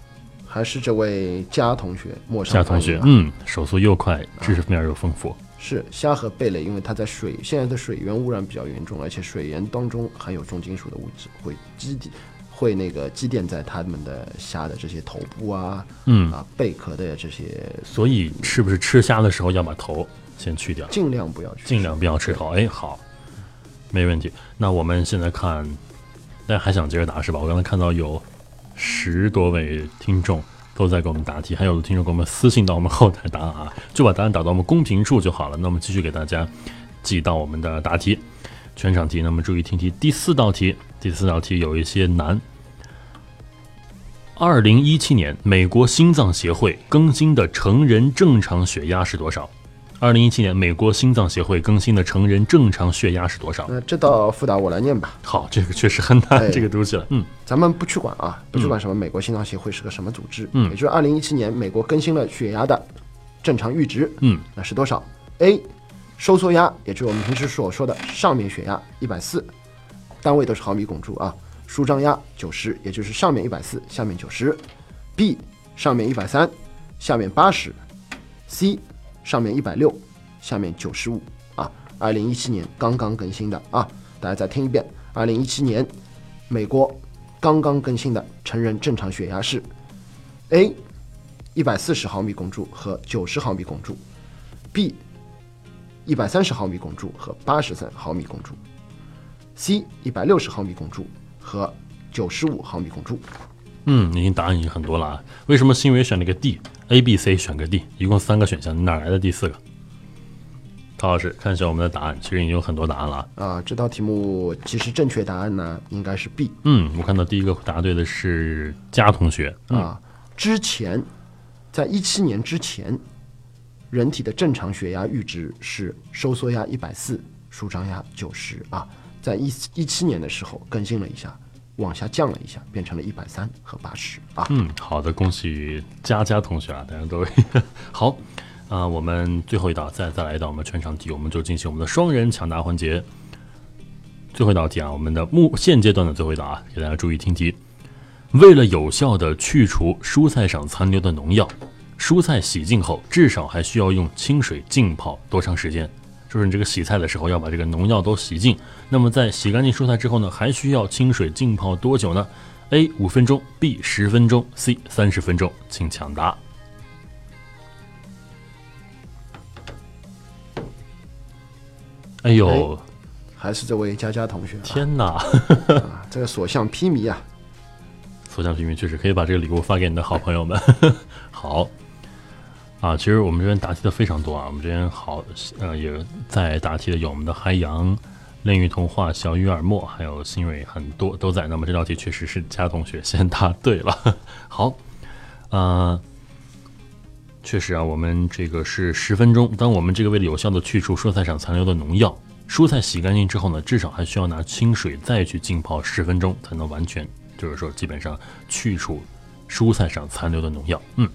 还是这位佳同学，陌上夏同学，嗯，手速又快，知识面又丰富，啊是虾和贝类，因为它在水现在的水源污染比较严重，而且水源当中含有重金属的物质，会积淀，会那个积淀在它们的虾的这些头部啊，嗯啊贝壳的这些，所以是不是吃虾的时候要把头先去掉？尽量不要去吃，尽量不要吃头。哎，好，没问题。那我们现在看，大家还想接着答是吧？我刚才看到有十多位听众都在给我们答题，还有的听众给我们私信到我们后台答案啊，就把答案打到我们公屏处就好了。那我们继续给大家记到我们的答题，全场题。那么注意听题，第四道题，第四道题有一些难。二零一七年，美国心脏协会更新的成人正常血压是多少？二零一七年，美国心脏协会更新的成人正常血压是多少？那这道复答我来念吧。好，这个确实很难，哎这个读起来，嗯，咱们不去管啊，不去管什么美国心脏协会是个什么组织，嗯也就是二零一七年美国更新了血压的正常阈值，嗯，那是多少？A 收缩压，也就是我们平时所说的上面血压一百四，单位都是毫米汞柱啊。舒张压九十，也就是上面一百四，下面九十；B 上面一百三，下面八十；C 上面一百六，下面九十五啊。二零一七年刚刚更新的啊，大家再听一遍，二零一七年美国刚刚更新的成人正常血压是 A 一百四十毫米汞柱和九十毫米汞柱，B 一百三十毫米汞柱和八十三毫米汞柱，C 一百六十毫米汞柱和九十五毫米汞柱。嗯，已经答案已经很多了啊。为什么新维选了个 D，A、B、C 选个 D，一共三个选项，哪来的第四个？陶老师，看一下我们的答案，其实已经有很多答案了啊。啊，这道题目其实正确答案呢应该是 B 嗯，我看到第一个答对的是佳同学啊、啊。之前，在一七年之前，人体的正常血压阈值是收缩压一百四，舒张压九十啊。在一一七年的时候更新了一下，往下降了一下，变成了一百三和八十啊。嗯，好的，恭喜佳佳同学啊，大家都 <laughs> 好啊、我们最后一道再再来一道我们全场题，我们就进行我们的双人抢答环节。最后一道题啊，我们的目现阶段的最后一道啊，给大家注意听题。为了有效的去除蔬菜上残留的农药，蔬菜洗净后至少还需要用清水浸泡多长时间？就是你这个洗菜的时候要把这个农药都洗净。那么在洗干净蔬菜之后呢，还需要清水浸泡多久呢？A 五分钟，B 十分钟，C 三十分钟，请抢答。哎呦，还是这位佳佳同学啊，天哪！啊这个所向披靡啊。所向披靡，确实可以把这个礼物发给你的好朋友们。 <laughs> 好，啊，其实我们这边答题的非常多啊，我们这边好，呃，也在答题的有我们的海洋、恋与童话、小鱼耳沫，还有新蕊，很多都在。那么这道题确实是佳同学先答对了。 <laughs> 好，呃，确实啊，我们这个是十分钟。当我们这个为了有效的去除蔬菜上残留的农药，蔬菜洗干净之后呢，至少还需要拿清水再去浸泡十分钟，才能完全，就是说基本上去除蔬菜上残留的农药。嗯，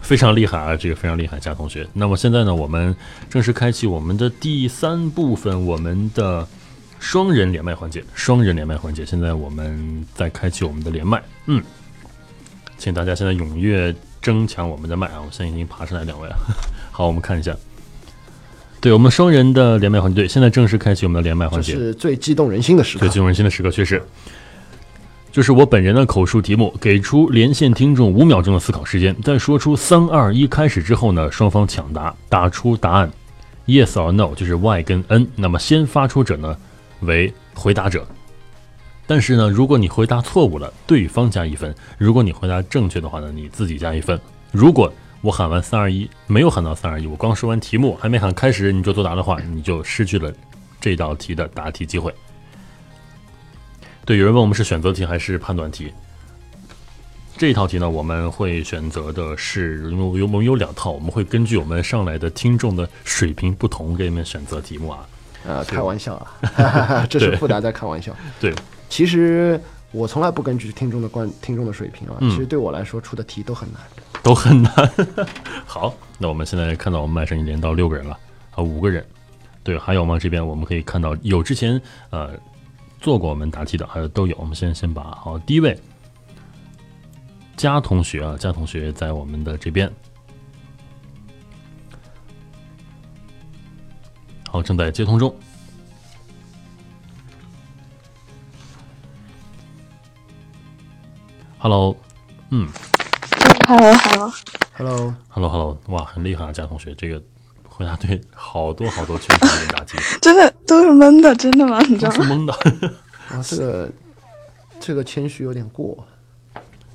非常厉害啊，这个非常厉害，贾同学。那么现在呢，我们正式开启我们的第三部分，我们的双人连麦环节。双人连麦环节，现在我们再开启我们的连麦。嗯，请大家现在踊跃争抢我们的麦啊！我现在已经爬上来两位了。 <laughs> 好，我们看一下。对我们双人的连麦环节，对，现在正式开启我们的连麦环这节。是最激动人心的时刻最激。动人心的时刻，确实，就是我本人的口述题目，给出连线听众五秒钟的思考时间，在说出三二一开始之后呢，双方抢答，打出答案，yes or no，就是 y 跟 n。那么先发出者呢为回答者，但是呢，如果你回答错误了，对方加一分；如果你回答正确的话呢，你自己加一分。如果我喊完三二一，没有喊到三二一，我光说完题目还没喊开始你就作答的话，你就失去了这道题的答题机会。对，有人问我们是选择题还是判断题。这一套题呢，我们会选择的是，因为有我们有两套，我们会根据我们上来的听众的水平不同，给你们选择题目啊。啊，开玩笑啊， <laughs> 这是对富达在开玩笑。对，其实我从来不根据听众的观听众的水平啊，嗯其实对我来说出的题都很难。都很难。 <laughs> 好，那我们现在看到我们麦上已经连到六个人了，啊，五个人。对，还有吗？这边我们可以看到有之前呃做过我们答题的，还有都有。我们先先把好第一位佳同学啊，佳同学在我们的这边。好，正在接通中。Hello，嗯， Hello Hello， Hello， Hello Hello，哇，很厉害啊，贾同学，这个回答对好多好多全场问答题，真的都是闷的，真的吗？你知都道是吗？懵的。啊，这个这个谦虚有点过。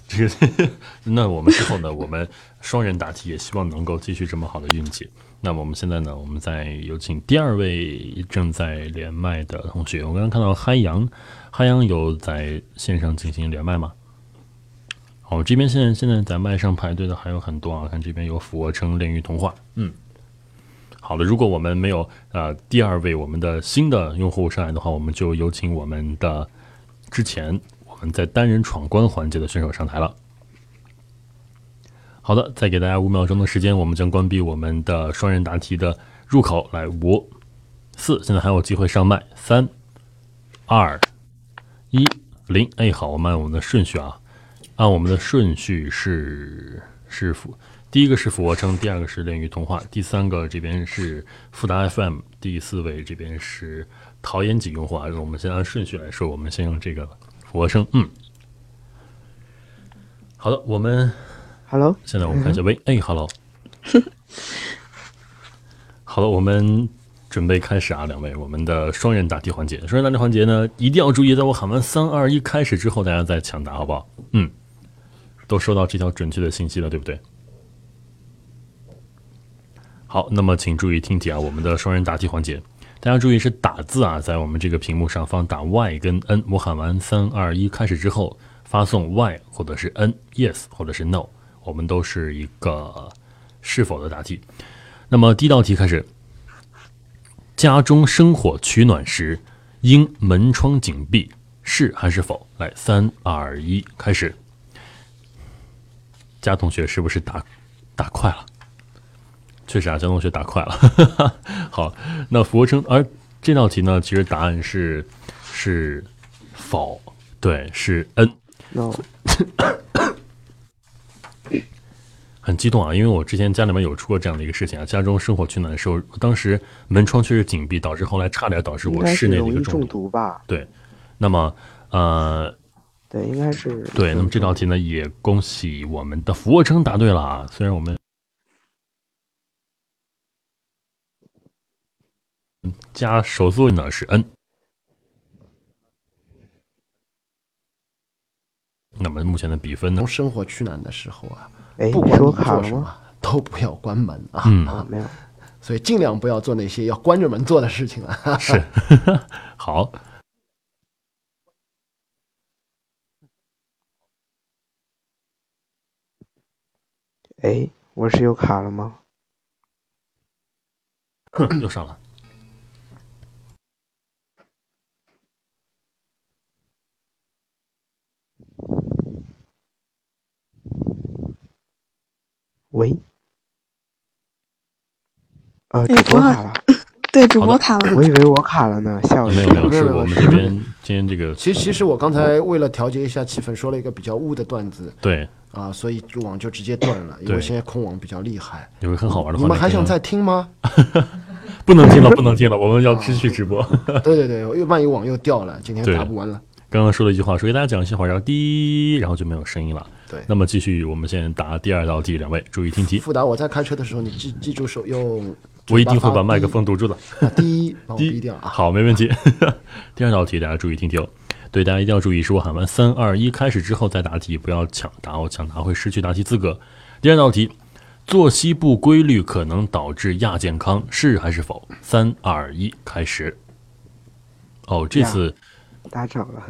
这个，那我们之后呢，我们双人答题也希望能够继续这么好的运气。那么我们现在呢，我们再有请第二位正在连麦的同学。我刚刚看到嗨阳，嗨阳有在线上进行连麦吗？好，这边现在现在在麦上排队的还有很多啊，看这边有俯卧撑、恋与童话，嗯。好的，如果我们没有呃第二位我们的新的用户上来的话，我们就有请我们的之前我们在单人闯关环节的选手上台了。好的，再给大家五秒钟的时间，我们将关闭我们的双人答题的入口来五四，现在还有机会上麦，三二一零。哎，好，我们按我们的顺序啊，按我们的顺序是是辅，第一个是俯卧撑，第二个是恋与童话，第三个这边是富达 FM，第四位这边是陶研几用户啊。我们先按顺序来说，我们先用这个俯卧撑，嗯。好的，我们 Hello，现在我们看一下，喂，哎，hello，好了，我们准备开始啊，两位，我们的双人答题环节。双人答题环节呢，一定要注意，在我喊完三二一开始之后，大家再抢答，好不好？嗯，都收到这条准确的信息了，对不对？好，那么请注意听题啊，我们的双人答题环节，大家注意是打字啊，在我们这个屏幕上方打 Y 跟 N，我喊完三二一开始之后，发送 Y 或者是 N，Yes 或者是 No，我们都是一个是否的答题。那么第一道题开始，家中生火取暖时应门窗紧闭，是还是否？来，三二一，开始。佳同学是不是打打快了？确实啊，佳同学打快了。 <laughs> 好，那俯卧撑，而这道题呢，其实答案是是否？对，是 N。 no，很激动啊，因为我之前家里面有出过这样的一个事情啊，家中生火取暖的时候，当时门窗确实紧闭，导致后来差点导致应我该室是内的一容个易中中毒。毒吧？对，那么呃，对，应该是对，那么这道题呢，也恭喜我们的俯卧撑答对了啊，虽然我们加手速呢是 N。那么目前的比分呢从？生活取暖的时候啊，哎，不你管说你卡做了什吗？么，都不要关门啊！嗯 <laughs> 啊，没有，所以尽量不要做那些要关着门做的事 <laughs> 情啊。 <laughs> 是，好。 <coughs> 哎，我是又卡了吗？哼，又上了。喂，呃，哎主播我好卡了，对，主播卡了。我以为我卡了呢，吓我一没有没。啊跳有，是我们这边今天这个其实，其实我刚才为了调节一下气氛，说了一个比较污的段子对啊，所以网就直接断了，因为对现在空网比较厉害。有个很好玩的你话，们还想再 <laughs> 听吗？不能听了，不能听了，我们要继续直 <laughs> 播。对对对，又万一网又掉了，今天对打不完了。刚刚说了一句话，说给大家讲一些话，然后滴，然后就没有声音了。对那么继续，我们先答第二道题，两位注意听题，富达，我在开车的时候，你记记住手用我一定会把麦克风堵住的。啊，第 <laughs> 一把我第逼掉啊。好，没问题。 <laughs> 第二道题大家注意听题哦。对，大家一定要注意，是我喊完三二一开始之后再答题，不要抢答哦，抢答会失去答题资格。第二道题，作息不规律可能导致亚健康，是还是否？三二一，开始。哦，这次，打赏了，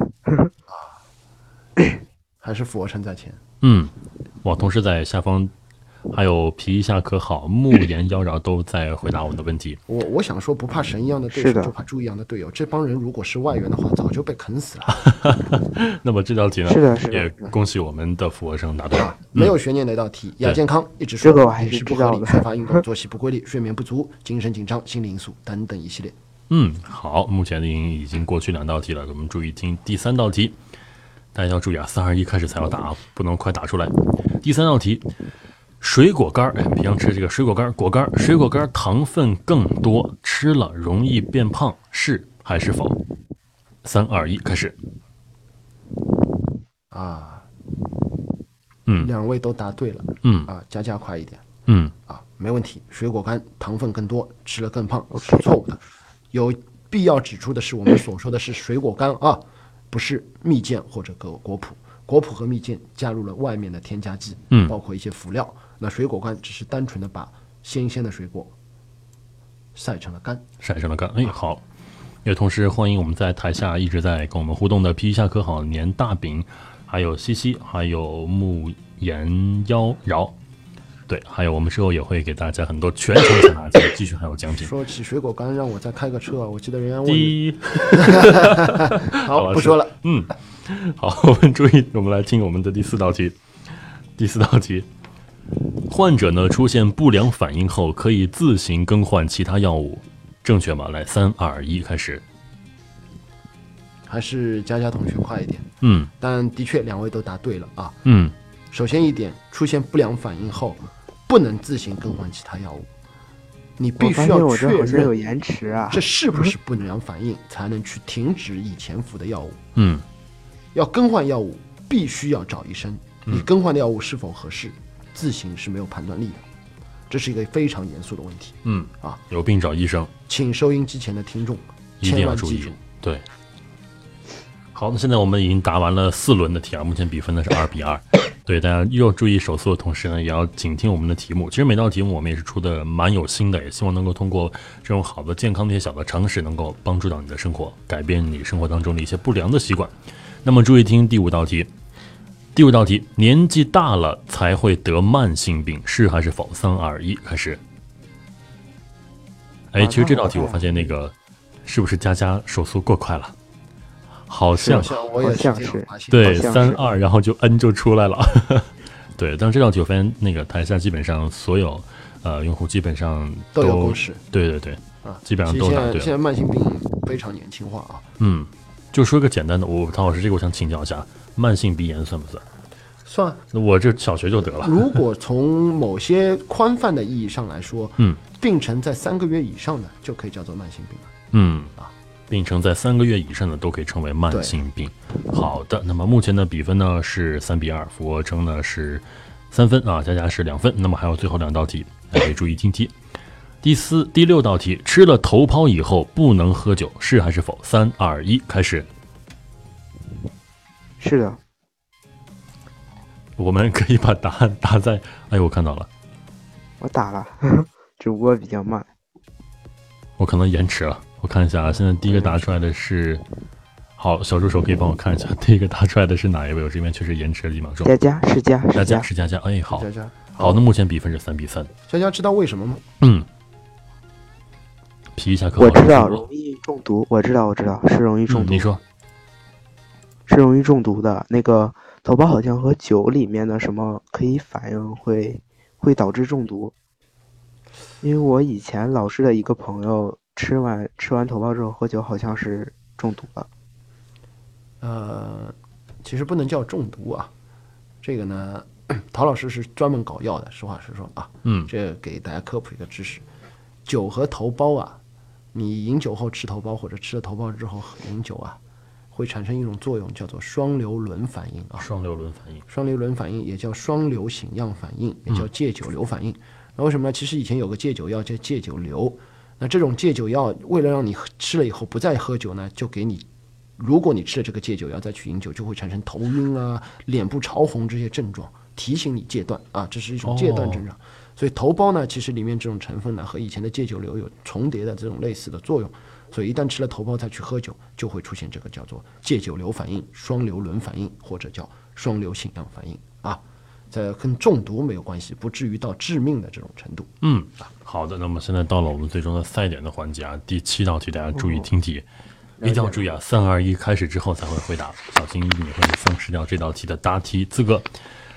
还是俯卧撑在前。嗯，哇，同事在下方，还有皮一下可好、木言妖娆都在回答我们的问题。我我想说，不怕神一样的对是手，的就怕猪一样的队友。这帮人如果是外援的话，早就被啃死了。那么这道题呢，是的是的也是的恭喜我们的俯卧撑答对了。没有悬念的一道题，亚健康一直这说个我还饮是食不知道合理、 <laughs> 的缺乏运动、作息不规律、睡眠不足、精神紧张、心理因素等等一系列。嗯，好，目前的赢已经过去两道题了，我们注意听第三道题，大家要注意啊，三二一开始才要答啊，不能快打出来。第三道题，水果干儿，哎，平常吃这个水果干儿、果干儿，水果干儿糖分更多，吃了容易变胖，是还是否？三二一，开始。啊，嗯两位都答对了嗯啊，加加快一点嗯，啊，没问题。水果干糖分更多，吃了更胖 OK 是错误的。有必要指出的是，我们所说的是水果干啊，不是蜜饯或者果果脯。果脯和蜜饯加入了外面的添加剂，嗯包括一些辅料。那水果干只是单纯的把新鲜的水果晒成了干。晒上了干，哎，好。也同时欢迎我们在台下一直在跟我们互动的皮下可好、年大饼，还有西西，还有木言妖娆，对，还有我们之后也会给大家很多全程抢答题，继续还有奖品。说起水果干，让我再开个车啊！我记得人家问你，第一，好，不说了。嗯，好，我们注意，我们来听我们的第四道题。第四道题，患者呢出现不良反应后，可以自行更换其他药物，正确吗？来，三二一，开始。还是佳佳同学快一点。嗯但的确，两位都答对了啊。嗯首先一点，出现不良反应后，不能自行更换其他药物，你我必发须现要我确这好像有认延迟啊这。是不是不良反应，才能去停止以前服的药物。嗯要更换药物，必须要找医生，嗯你更换的药物是否合适，自行是没有判断力的，这是一个非常严肃的问题。嗯啊，有病找医生，请收音机前的听众一定千要万注记意住，。对。好，那现在我们已经答完了四轮的题啊，目前比分呢是二比二。对，大家又注意手速的同时呢，也要紧听我们的题目。其实每道题目我们也是出的蛮有心的，也希望能够通过这种好的、健康的一些小的常识，能够帮助到你的生活，改变你生活当中的一些不良的习惯。那么注意听第五道题，第五道题，年纪大了才会得慢性病，是还是否？三二一，开始。哎，啊其实这道题那我我发现那个是不是佳佳手速过快了？好像好像我也好像这样是发现对好像三是二，然后就 N 就出来了。 <laughs> 对，但这道题我发现那个台下基本上所有呃用户基本上都有共识对对对，啊，基本上其实都现答在对了现在慢性病非常年轻化啊，嗯，就说个简单的，我唐老师这个我想请教一下，慢性鼻炎算不算？算那我这小学就得了。如果从某些宽泛的意义上来说，嗯，病程在三个月以上的就可以叫做慢性病了。嗯啊，病程在三个月以上的都可以称为慢性病。好的，那么目前的比分呢是三比二，俯卧撑呢是三分啊，佳佳是两分。那么还有最后两道题，大家可以注意听题。第四、第六道题，吃了头孢以后不能喝酒，是还是否？三二一，开始。是的，我们可以把答案打在，哎，我看到了，我 <laughs> 打了，只不过比较慢。我可能延迟了。我看一下啊，现在第一个答出来的是，好，小助手可以帮我看一下，第一个答出来的是哪一位？我这边确实延迟了几秒钟。佳佳是佳 <laughs> 佳是佳佳，是佳佳，哎，好佳，佳，好，那目前比分是三比三。佳佳知道为什么吗？嗯，皮一下课，我知道容易中毒，我知道我知道是容易中哦嗯，毒你，说，是容易中毒的。那个头孢好像和酒里面的什么可以反应会会导致中毒，因为我以前老师的一个朋友吃完吃完头孢之后喝酒好像是中毒了。呃，其实不能叫中毒啊，这个呢， <coughs> 陶老师是专门搞药的，实话实说啊，嗯这给大家科普一个知识，酒和头孢啊，你饮酒后吃头孢或者吃了头孢之后饮酒啊，会产生一种作用叫做双硫仑反应啊，双硫仑反应，双硫仑反应也叫双硫醒样反应，也嗯叫戒酒流反应。那为什么呢？其实以前有个戒酒药叫戒酒流，那这种戒酒药为了让你喝吃了以后不再喝酒呢，就给你，如果你吃了这个戒酒药再去饮酒，就会产生头晕啊、脸部潮红这些症状，提醒你戒断啊，这是一种戒断症状。所以头孢呢，其实里面这种成分呢和以前的戒酒流有重叠的这种类似的作用，所以一旦吃了头孢再去喝酒，就会出现这个叫做戒酒流反应、双硫仑反应或者叫双硫醒样反应啊，这跟中毒没有关系，不至于到致命的这种程度。嗯，好的，那么现在到了我们最终的赛点的环节啊，第七道题大家注意听题，一定要注意啊，三二一开始之后才会回答，小心你会丧失掉这道题的答题资格。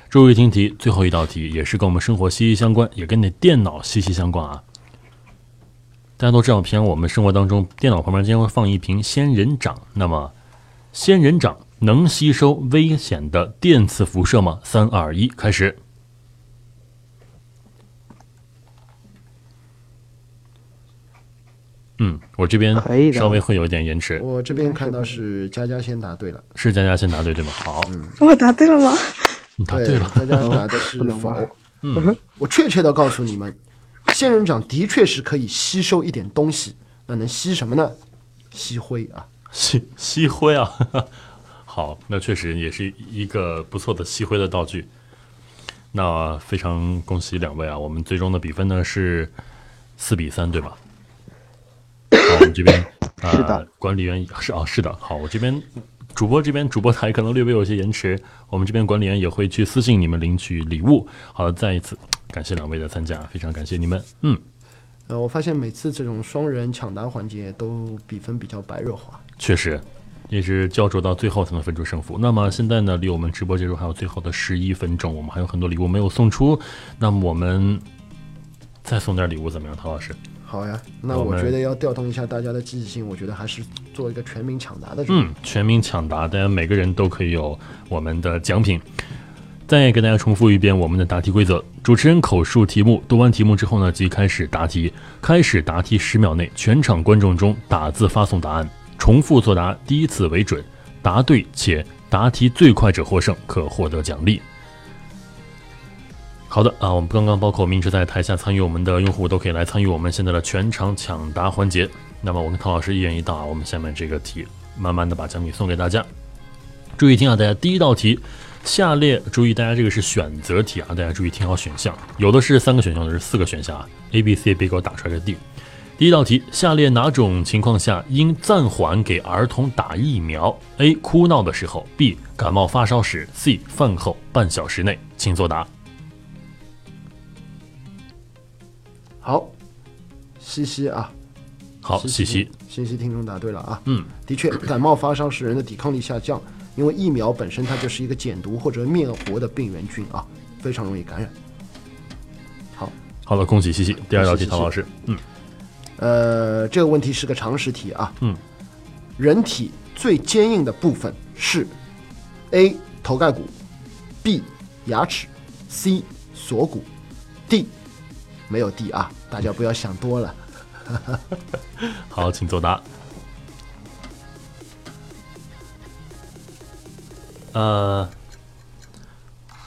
注意听题，最后一道题也是跟我们生活息息相关，也跟你的电脑息息相关啊。大家都知道，平常我们生活当中，电脑旁边经常会放一瓶仙人掌。那么，仙人掌能吸收危险的电磁辐射吗？三二一，开始。嗯，我这边可以的稍微会有一点延迟，我这边看到是佳佳先答对了，是佳佳先答对对吗？好，我答对了吗？你答对了。佳佳答的是不能否吧。 <laughs> 嗯我确切的告诉你们，仙人掌的确是可以吸收一点东西，那能吸什么呢？吸灰啊。吸吸灰啊， <laughs> 好，那确实也是一个不错的吸灰的道具。那非常恭喜两位啊，我们最终的比分呢是四比三，对吧？好，我们这 <coughs> 边、呃、是的，管理员是哦，是的，好，我这边主播这边主播台可能略微有些延迟，我们这边管理员也会去私信你们领取礼物。好的，再一次感谢两位的参加，非常感谢你们，嗯。呃，我发现每次这种双人抢答环节都比分比较白热化。确实，也是焦灼到最后才能分出胜负。那么现在呢，离我们直播结束还有最后的十一分钟，我们还有很多礼物没有送出，那么我们再送点礼物怎么样，陶老师？好呀，那我我们觉得要调动一下大家的积极性，我觉得还是做一个全民抢答的准备。嗯，全民抢答，大家每个人都可以有我们的奖品。再给大家重复一遍我们的答题规则：主持人口述题目，读完题目之后呢，即开始答题。开始答题十秒内，全场观众中打字发送答案，重复作答第一次为准。答对且答题最快者获胜，可获得奖励。好的啊，我们刚刚包括明知在台下参与我们的用户都可以来参与我们现在的全场抢答环节。那么我跟唐老师一人一道啊，我们下面这个题慢慢的把奖品送给大家。注意听啊，大家第一道题，下列注意大家这个是选择题啊，大家注意听好选项，有的是三个选项，有的是四个选项啊，A、B、C 别给我打出来个 D。第一道题，下列哪种情况下应暂缓给儿童打疫苗？A. 哭闹的时候，B. 感冒发烧时，C. 饭后半小时内，请作答。好，西西啊，好，西西，西西听众答对了啊。嗯，<clears throat> 的确，感冒发烧使人的抵抗力下降，因为疫苗本身它就是一个减毒或者灭活的病原菌啊，非常容易感染。好了，恭喜西西。第二道题，恭喜西西唐老师，嗯，呃，这个问题是个常识题啊。嗯，人体最坚硬的部分是 A 头盖骨，B 牙齿，C 锁骨，D 没有 D 啊，大家不要想多了。好，请作答。呃，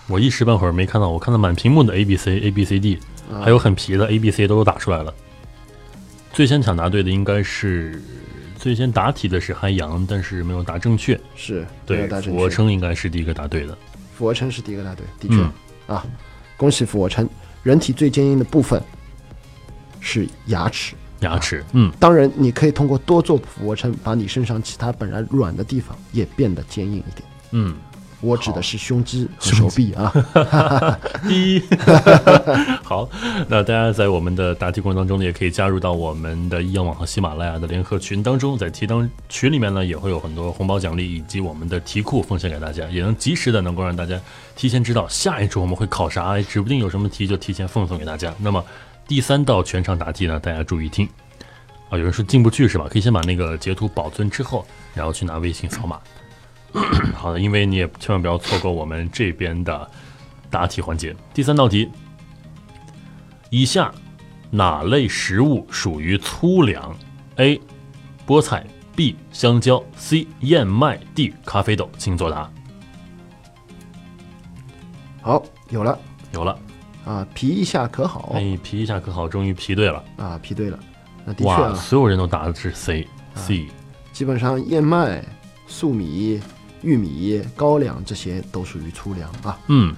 我一时半会儿没看到，我看到满屏幕的 A B C A B C D，还啊有很皮的 A B C 都打出来了。最先抢答对的应该是最先答题的是韩阳，但是没有答正确。是，没对有，答正俯卧确。撑应该是第一个答对的。俯卧撑是第一个答对，的确、嗯啊，恭喜俯卧撑。人体最坚硬的部分是牙齿，牙啊齿，嗯，当然你可以通过多做俯卧撑，把你身上其他本来软的地方也变得坚硬一点。嗯，我指的是胸肌和手臂啊。 <laughs> 第一， <laughs> 好，那大家在我们的答题过程当中呢，也可以加入到我们的医药网和喜马拉雅的联合群当中，在提当群里面呢，也会有很多红包奖励以及我们的题库奉献给大家，也能及时的能够让大家提前知道下一周我们会考啥，哎指不定有什么题就提前奉送给大家。那么第三道全场答题呢，大家注意听。啊，有人说进不去是吧？可以先把那个截图保存之后，然后去拿微信扫码。 <coughs> 好的，因为你也千万不要错过我们这边的答题环节。第三道题，以下哪类食物属于粗粮？A. 菠菜 B. 香蕉 C. 燕麦 D. 咖啡豆，请作答。好，有了有了，啊，皮一下可好哎，皮一下可好，终于皮对了。啊，皮对了。那的确哇，啊，所有人都答的是 C C。基本上燕麦、粟米、玉米、高粱这些都属于粗粮啊。嗯，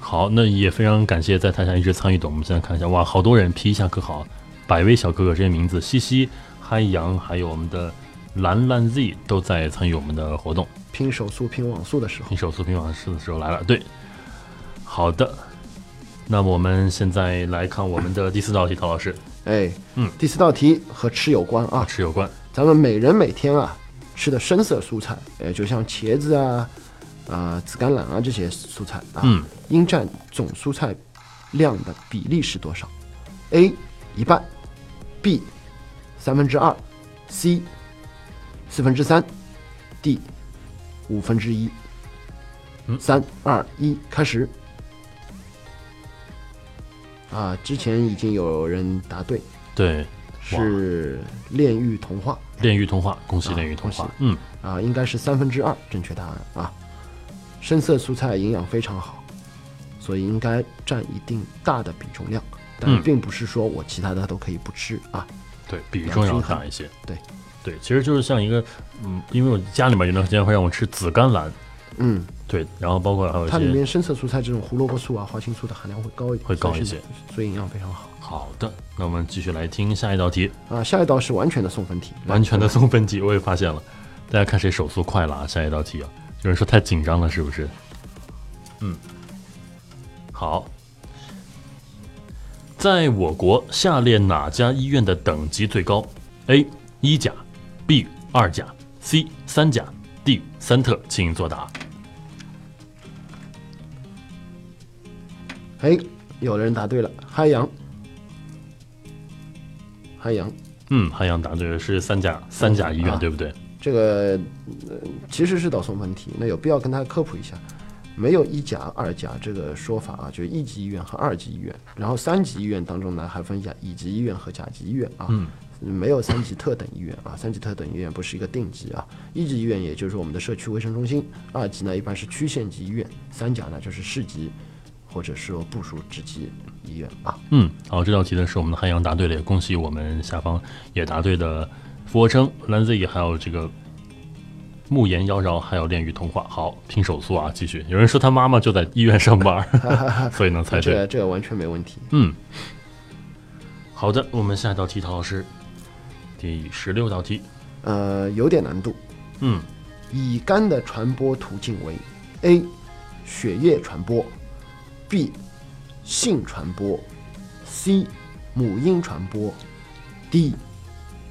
好，那也非常感谢在台下一直参与的，我们现在看一下，哇，好多人皮一下可好，百威小哥哥这些名字，西西、嗨阳，还有我们的兰兰 Z 都在参与我们的活动。拼手速、拼网速的时候你，手速拼网试的时候来了，对，好的。那么我们现在来看我们的第四道题，陶老师哎，嗯，第四道题和吃有关啊，吃有关，咱们每人每天啊吃的深色蔬菜，呃，就像茄子啊、啊紫甘蓝啊这些蔬菜啊，嗯，应占总蔬菜量的比例是多少？A 一半，B 三分之二，C 四分之三，D 五分之一。三二一，开始。啊，之前已经有人答对，对，是《炼狱童话》。炼狱童话，恭喜啊炼狱童话，恭喜嗯，啊，应该是三分之二正确答案啊。深色蔬菜营养非常好，所以应该占一定大的比重量，但嗯并不是说我其他的都可以不吃啊。对比重要大一些，对，对，其实就是像一个，嗯，因为我家里面有段时间会让我吃紫甘蓝，嗯，对，然后包括还有一它里些面深色蔬菜这种胡萝卜素啊、花青素的含量会高一点，会高所以一是些，所以营养非常好好的，那我们继续来听下一道题，啊。下一道是完全的送分题，来完全的送分题，我也发现了，大家看谁手速快了啊！下一道题啊，有人说太紧张了，是不是？嗯，好。在我国，下列哪家医院的等级最高？A. 一甲，B. 二甲 C 三甲，D 三特，请作答。哎，有的人答对了，嗨阳，嗨阳，嗯，汉阳答对了，是三甲三甲医院，啊对不对？这个、呃其实是导送问题，那有必要跟他科普一下，没有一甲、二甲这个说法啊，就是一级医院和二级医院，然后三级医院当中呢还分甲乙级医院和甲级医院啊，没有三级特等医院啊，三级特等医院不是一个定级啊，一级医院也就是我们的社区卫生中心，二级呢一般是区县级医院，三甲呢就是市级或者说部属直级医院啊，嗯，好，这道题呢是我们的汉阳答对了，也恭喜我们下方也答对的俯卧撑、Lanzy，还有这个慕言妖娆，还有恋与童话。好，拼手速啊，继续。有人说他妈妈就在医院上班儿，所以能猜这哎对。个这个完全没问题。嗯，好的，我们下一道题，陶老师，第十六道题。 <laughs> 呃，有点难度。嗯，乙肝的传播途径为：A. 血液传播，B. 性传播，C. 母婴传播，D.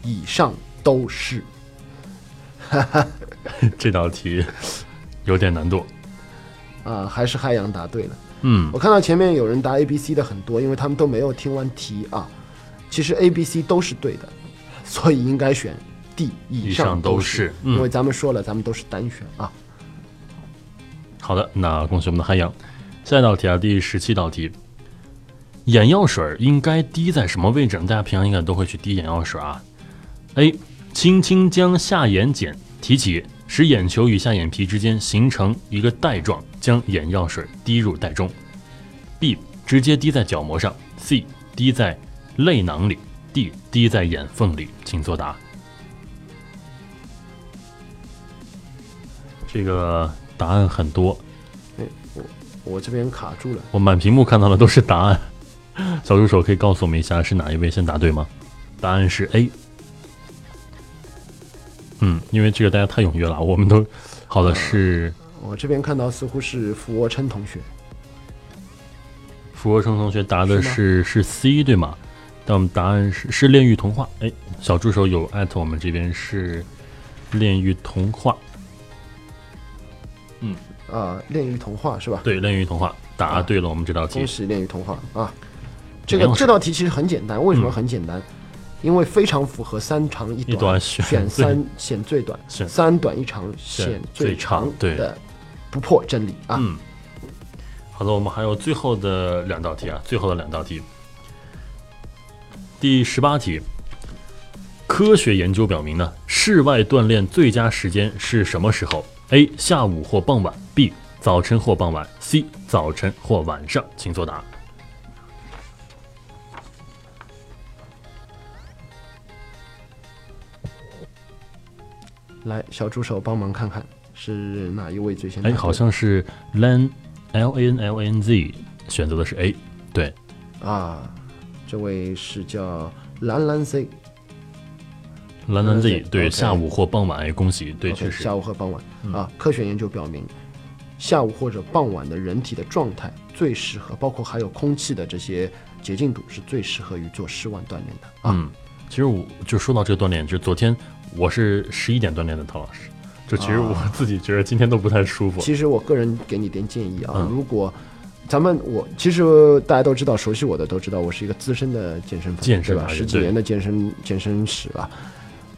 以上都是。这道题有点难度。啊、还是汉阳答对了。嗯我看到前面有人答 A、B、C 的很多，因为他们都没有听完题啊。其实 A、B、C 都是对的，所以应该选 D 以以上都都是嗯因为咱们说了，咱们都是单选啊。好的，那恭喜我们的汉阳。下一道题啊，第十七道题，眼药水儿应该滴在什么位置呢？大家平常应该都会去滴眼药水儿啊。A. 轻轻将下眼睑提起，使眼球与下眼皮之间形成一个带状，将眼药水滴入袋中。B. 直接滴在角膜上。C. 滴在泪囊里。D. 滴在眼缝里。请作答。这个答案很多，我这边卡住了。我满屏幕看到的都是答案。 <laughs> 小助手可以告诉我们一下是哪一位先答对吗？答案是 A。嗯，因为这个大家太踊跃了，我们都好的是我这边看到似乎是俯卧撑同学，俯卧撑同学答的是吗是是 C 对吗？但我们答案是是炼狱童话。哎，小助手有艾特我们这边是炼狱童话，啊，《恋与童话》是吧？对，炼狱童话答对了我们这道题恭。喜《恋与童话》啊！这没有个事这道题其实很简单，为什么嗯很简单？因为非常符合三长一一短选选三显最短，选三短一长选显最最长长对的不破真理啊！嗯好的，我们还有最后的两道题啊，最后的两道题。第十八题，科学研究表明呢，室外锻炼最佳时间是什么时候？A. 下午或傍晚；B. 早晨或傍晚；C. 早晨或晚上。请作答。来，小助手帮忙看看是哪一位最先答哎，对？好像是 lan l a n l a n z 选择的是 A，对，啊，这位是叫兰兰 C， lan lan z Z，对， OK 下午或傍晚。哎，恭喜，对， OK，确实嗯下午和傍晚、啊，科学研究表明，下午或者傍晚的人体的状态最适合，包括还有空气的这些洁净度是最适合于做室外锻炼的啊。嗯，其实我就说到这个锻炼，就是昨天我是十一点锻炼的，陶老师。就其实我自己觉得今天都不太舒服。其实我个人给你点建议啊，嗯如果咱们我其实大家都知道，熟悉我的都知道，我是一个资深的健身粉，健身对吧？达人十几对年的健身健身史了。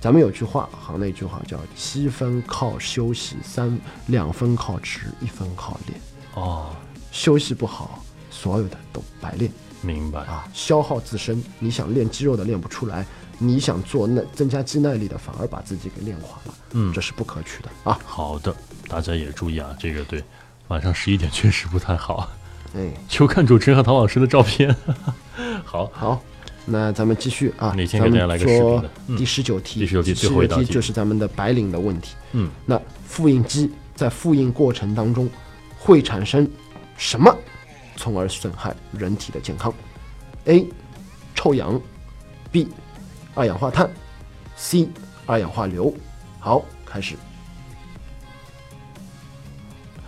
咱们有句话，行内一句话叫“七分靠休息，三两分靠吃，一分靠练”。哦，休息不好，所有的都白练。明白。啊，消耗自身。你想练肌肉的练不出来，你想做耐增加肌耐力的，反而把自己给练垮了。嗯，这是不可取的啊。好的，大家也注意啊，这个对，晚上十一点确实不太好。哎，求看主持人和陶老师的照片。 <laughs> 好，好，那咱们继续啊。哪天咱给大家们来个视频说的嗯第十九题，第19题最后一道19题就是咱们的白领的问题。嗯，那复印机在复印过程当中会产生什么，从而损害人体的健康？A. 臭氧，B. 二氧化碳，C. 二氧化硫。好，开始。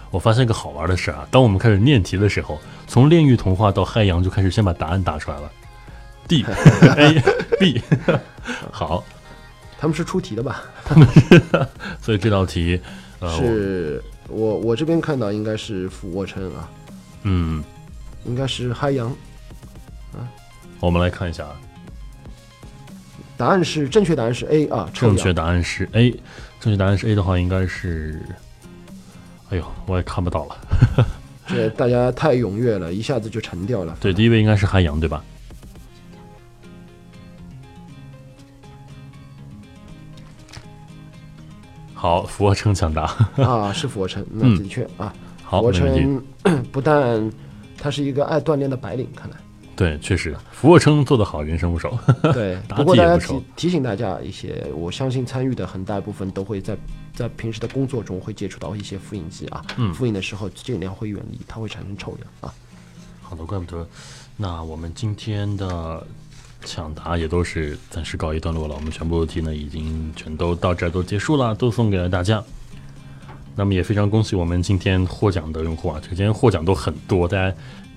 我发现一个好玩的事啊，当我们开始念题的时候，从《炼狱童话》到《嗨阳》就开始先把答案打出来了。D A <laughs> B，好， <laughs> 他们是出题的吧？所以这道题，呃，我是我我这边看到应该是俯卧撑啊，嗯，应该是嗨阳，我们来看一下啊，答案是正确答案是 A 啊，臭正氧确答案是 A，正确答案是 A 的话，应该是，哎呦，我也看不到了。这大家太踊跃了，一下子就沉 <laughs> 掉了。对，第一位应该是汉阳，对吧？好，俯卧撑抢答，啊，是俯卧撑，那嗯的确啊，好，俯卧没问题。撑 <clears throat> 不但它是一个爱锻炼的白领，<laughs> 看来对，确实，俯卧撑做得好，人生不熟。对。答不过题大也家不提愁提醒大家一些，我相信参与的很大一部分都会在在平时的工作中会接触到一些复印机啊，嗯复印的时候尽量会远离，它会产生臭氧啊。好的，怪不得。那我们今天的抢答也都是暂时告一段落了，我们全部题呢已经全都到这儿都结束了，都送给了大家。那么也非常恭喜我们今天获奖的用户啊，这个今天获奖都很多，大家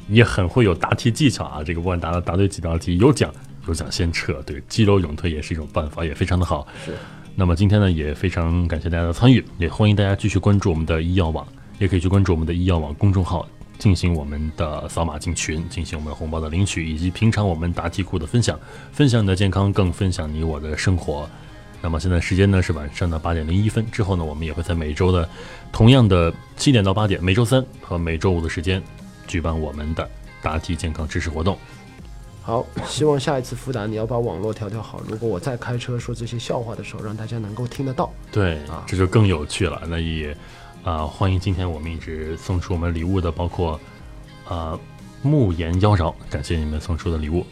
也很会有答题技巧啊。这个不管答了答对几道题，有奖有奖先撤，对，激流勇退也是一种办法，也非常的好。是。那么今天呢，也非常感谢大家的参与，也欢迎大家继续关注我们的医药网，也可以去关注我们的医药网公众号，进行我们的扫码进群，进行我们红包的领取，以及平常我们答题库的分享，分享你的健康，更分享你我的生活。那么现在时间呢是晚上的八点零一分，之后呢我们也会在每周的同样的七点到八点，每周三和每周五的时间举办我们的答题健康知识活动。好，希望下一次复答你要把网络调调好。如果我再开车说这些笑话的时候，让大家能够听得到。对啊，这就更有趣了。那也啊、欢迎今天我们一直送出我们礼物的，包括啊、慕言妖娆，感谢你们送出的礼物。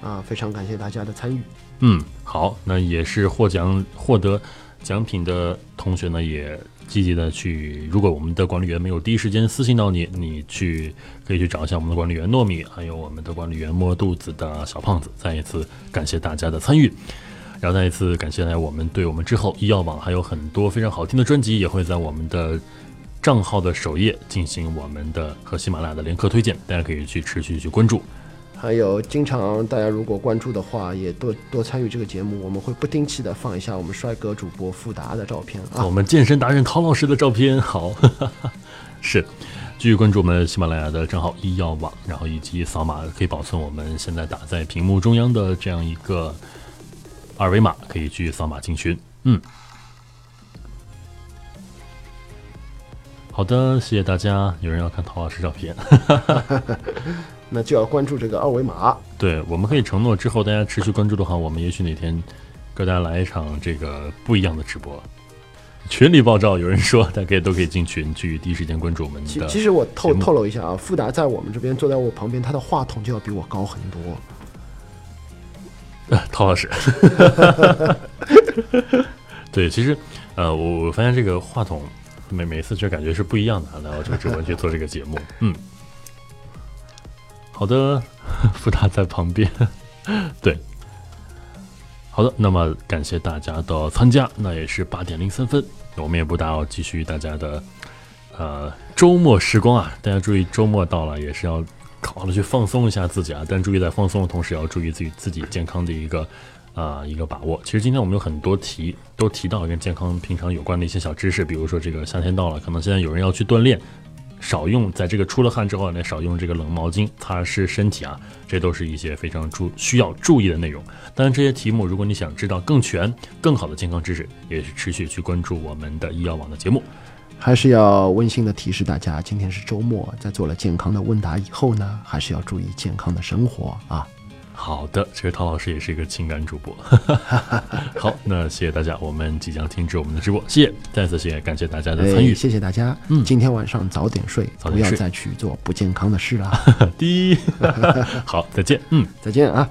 啊，非常感谢大家的参与。嗯，好，那也是获奖获得奖品的同学呢，也积极的去，如果我们的管理员没有第一时间私信到你，你去可以去找一下我们的管理员糯米，还有我们的管理员摸肚子的小胖子。再一次感谢大家的参与。然后再一次感谢来我们对我们之后医药网还有很多非常好听的专辑也会在我们的账号的首页进行我们的和喜马拉雅的联合推荐，大家可以去持续去关注。还有，经常大家如果关注的话，也多多参与这个节目，我们会不定期的放一下我们帅哥主播富达的照片啊我。们健身达人陶老师的照片，好， <laughs> 是，继续关注我们喜马拉雅的账号医药网，然后以及扫码可以保存我们现在打在屏幕中央的这样一个二维码，可以去扫码进群。嗯，好的，谢谢大家。有人要看陶老师照片，那就要关注这个二维码。对，我们可以承诺之后大家持续关注的话，我们也许哪天给大家来一场这个不一样的直播。群里爆照，有人说大家都可以进群去第一时间关注我们其的。其实我透节目透露一下啊，富达在我们这边坐在我旁边，他的话筒就要比我高很多。呃陶老师，对，其实呃，我我发现这个话筒每每次就感觉是不一样的啊，来到这个直播间去做这个节目，嗯，好的， <laughs> 富达在旁边，对。好的，那么感谢大家的参加，那也是八点零三分，我们也不打扰，继续大家的呃周末时光啊，大家注意周末到了也是要好好的去放松一下自己啊，但注意在放松的同时也要注意自己自己健康的一个啊、一个把握。其实今天我们有很多题都提到跟健康平常有关的一些小知识，比如说这个夏天到了，可能现在有人要去锻炼。少用，在这个出了汗之后呢，少用这个冷毛巾擦拭身体啊，这都是一些非常注需要注意的内容。当然，这些题目如果你想知道更全、更好的健康知识，也是持续去关注我们的医药网的节目。还是要温馨的提示大家，今天是周末，在做了健康的问答以后呢，还是要注意健康的生活啊。好的，其实陶老师也是一个情感主播。 <laughs> 好，那谢谢大家，我们即将停止我们的直播，谢谢，再次谢谢，感谢大家的参与哎，。谢谢大家。嗯今天晚上早点睡，早点不要睡再去做不健康的事啦。 <laughs> 第一，好，再见，嗯。再见啊。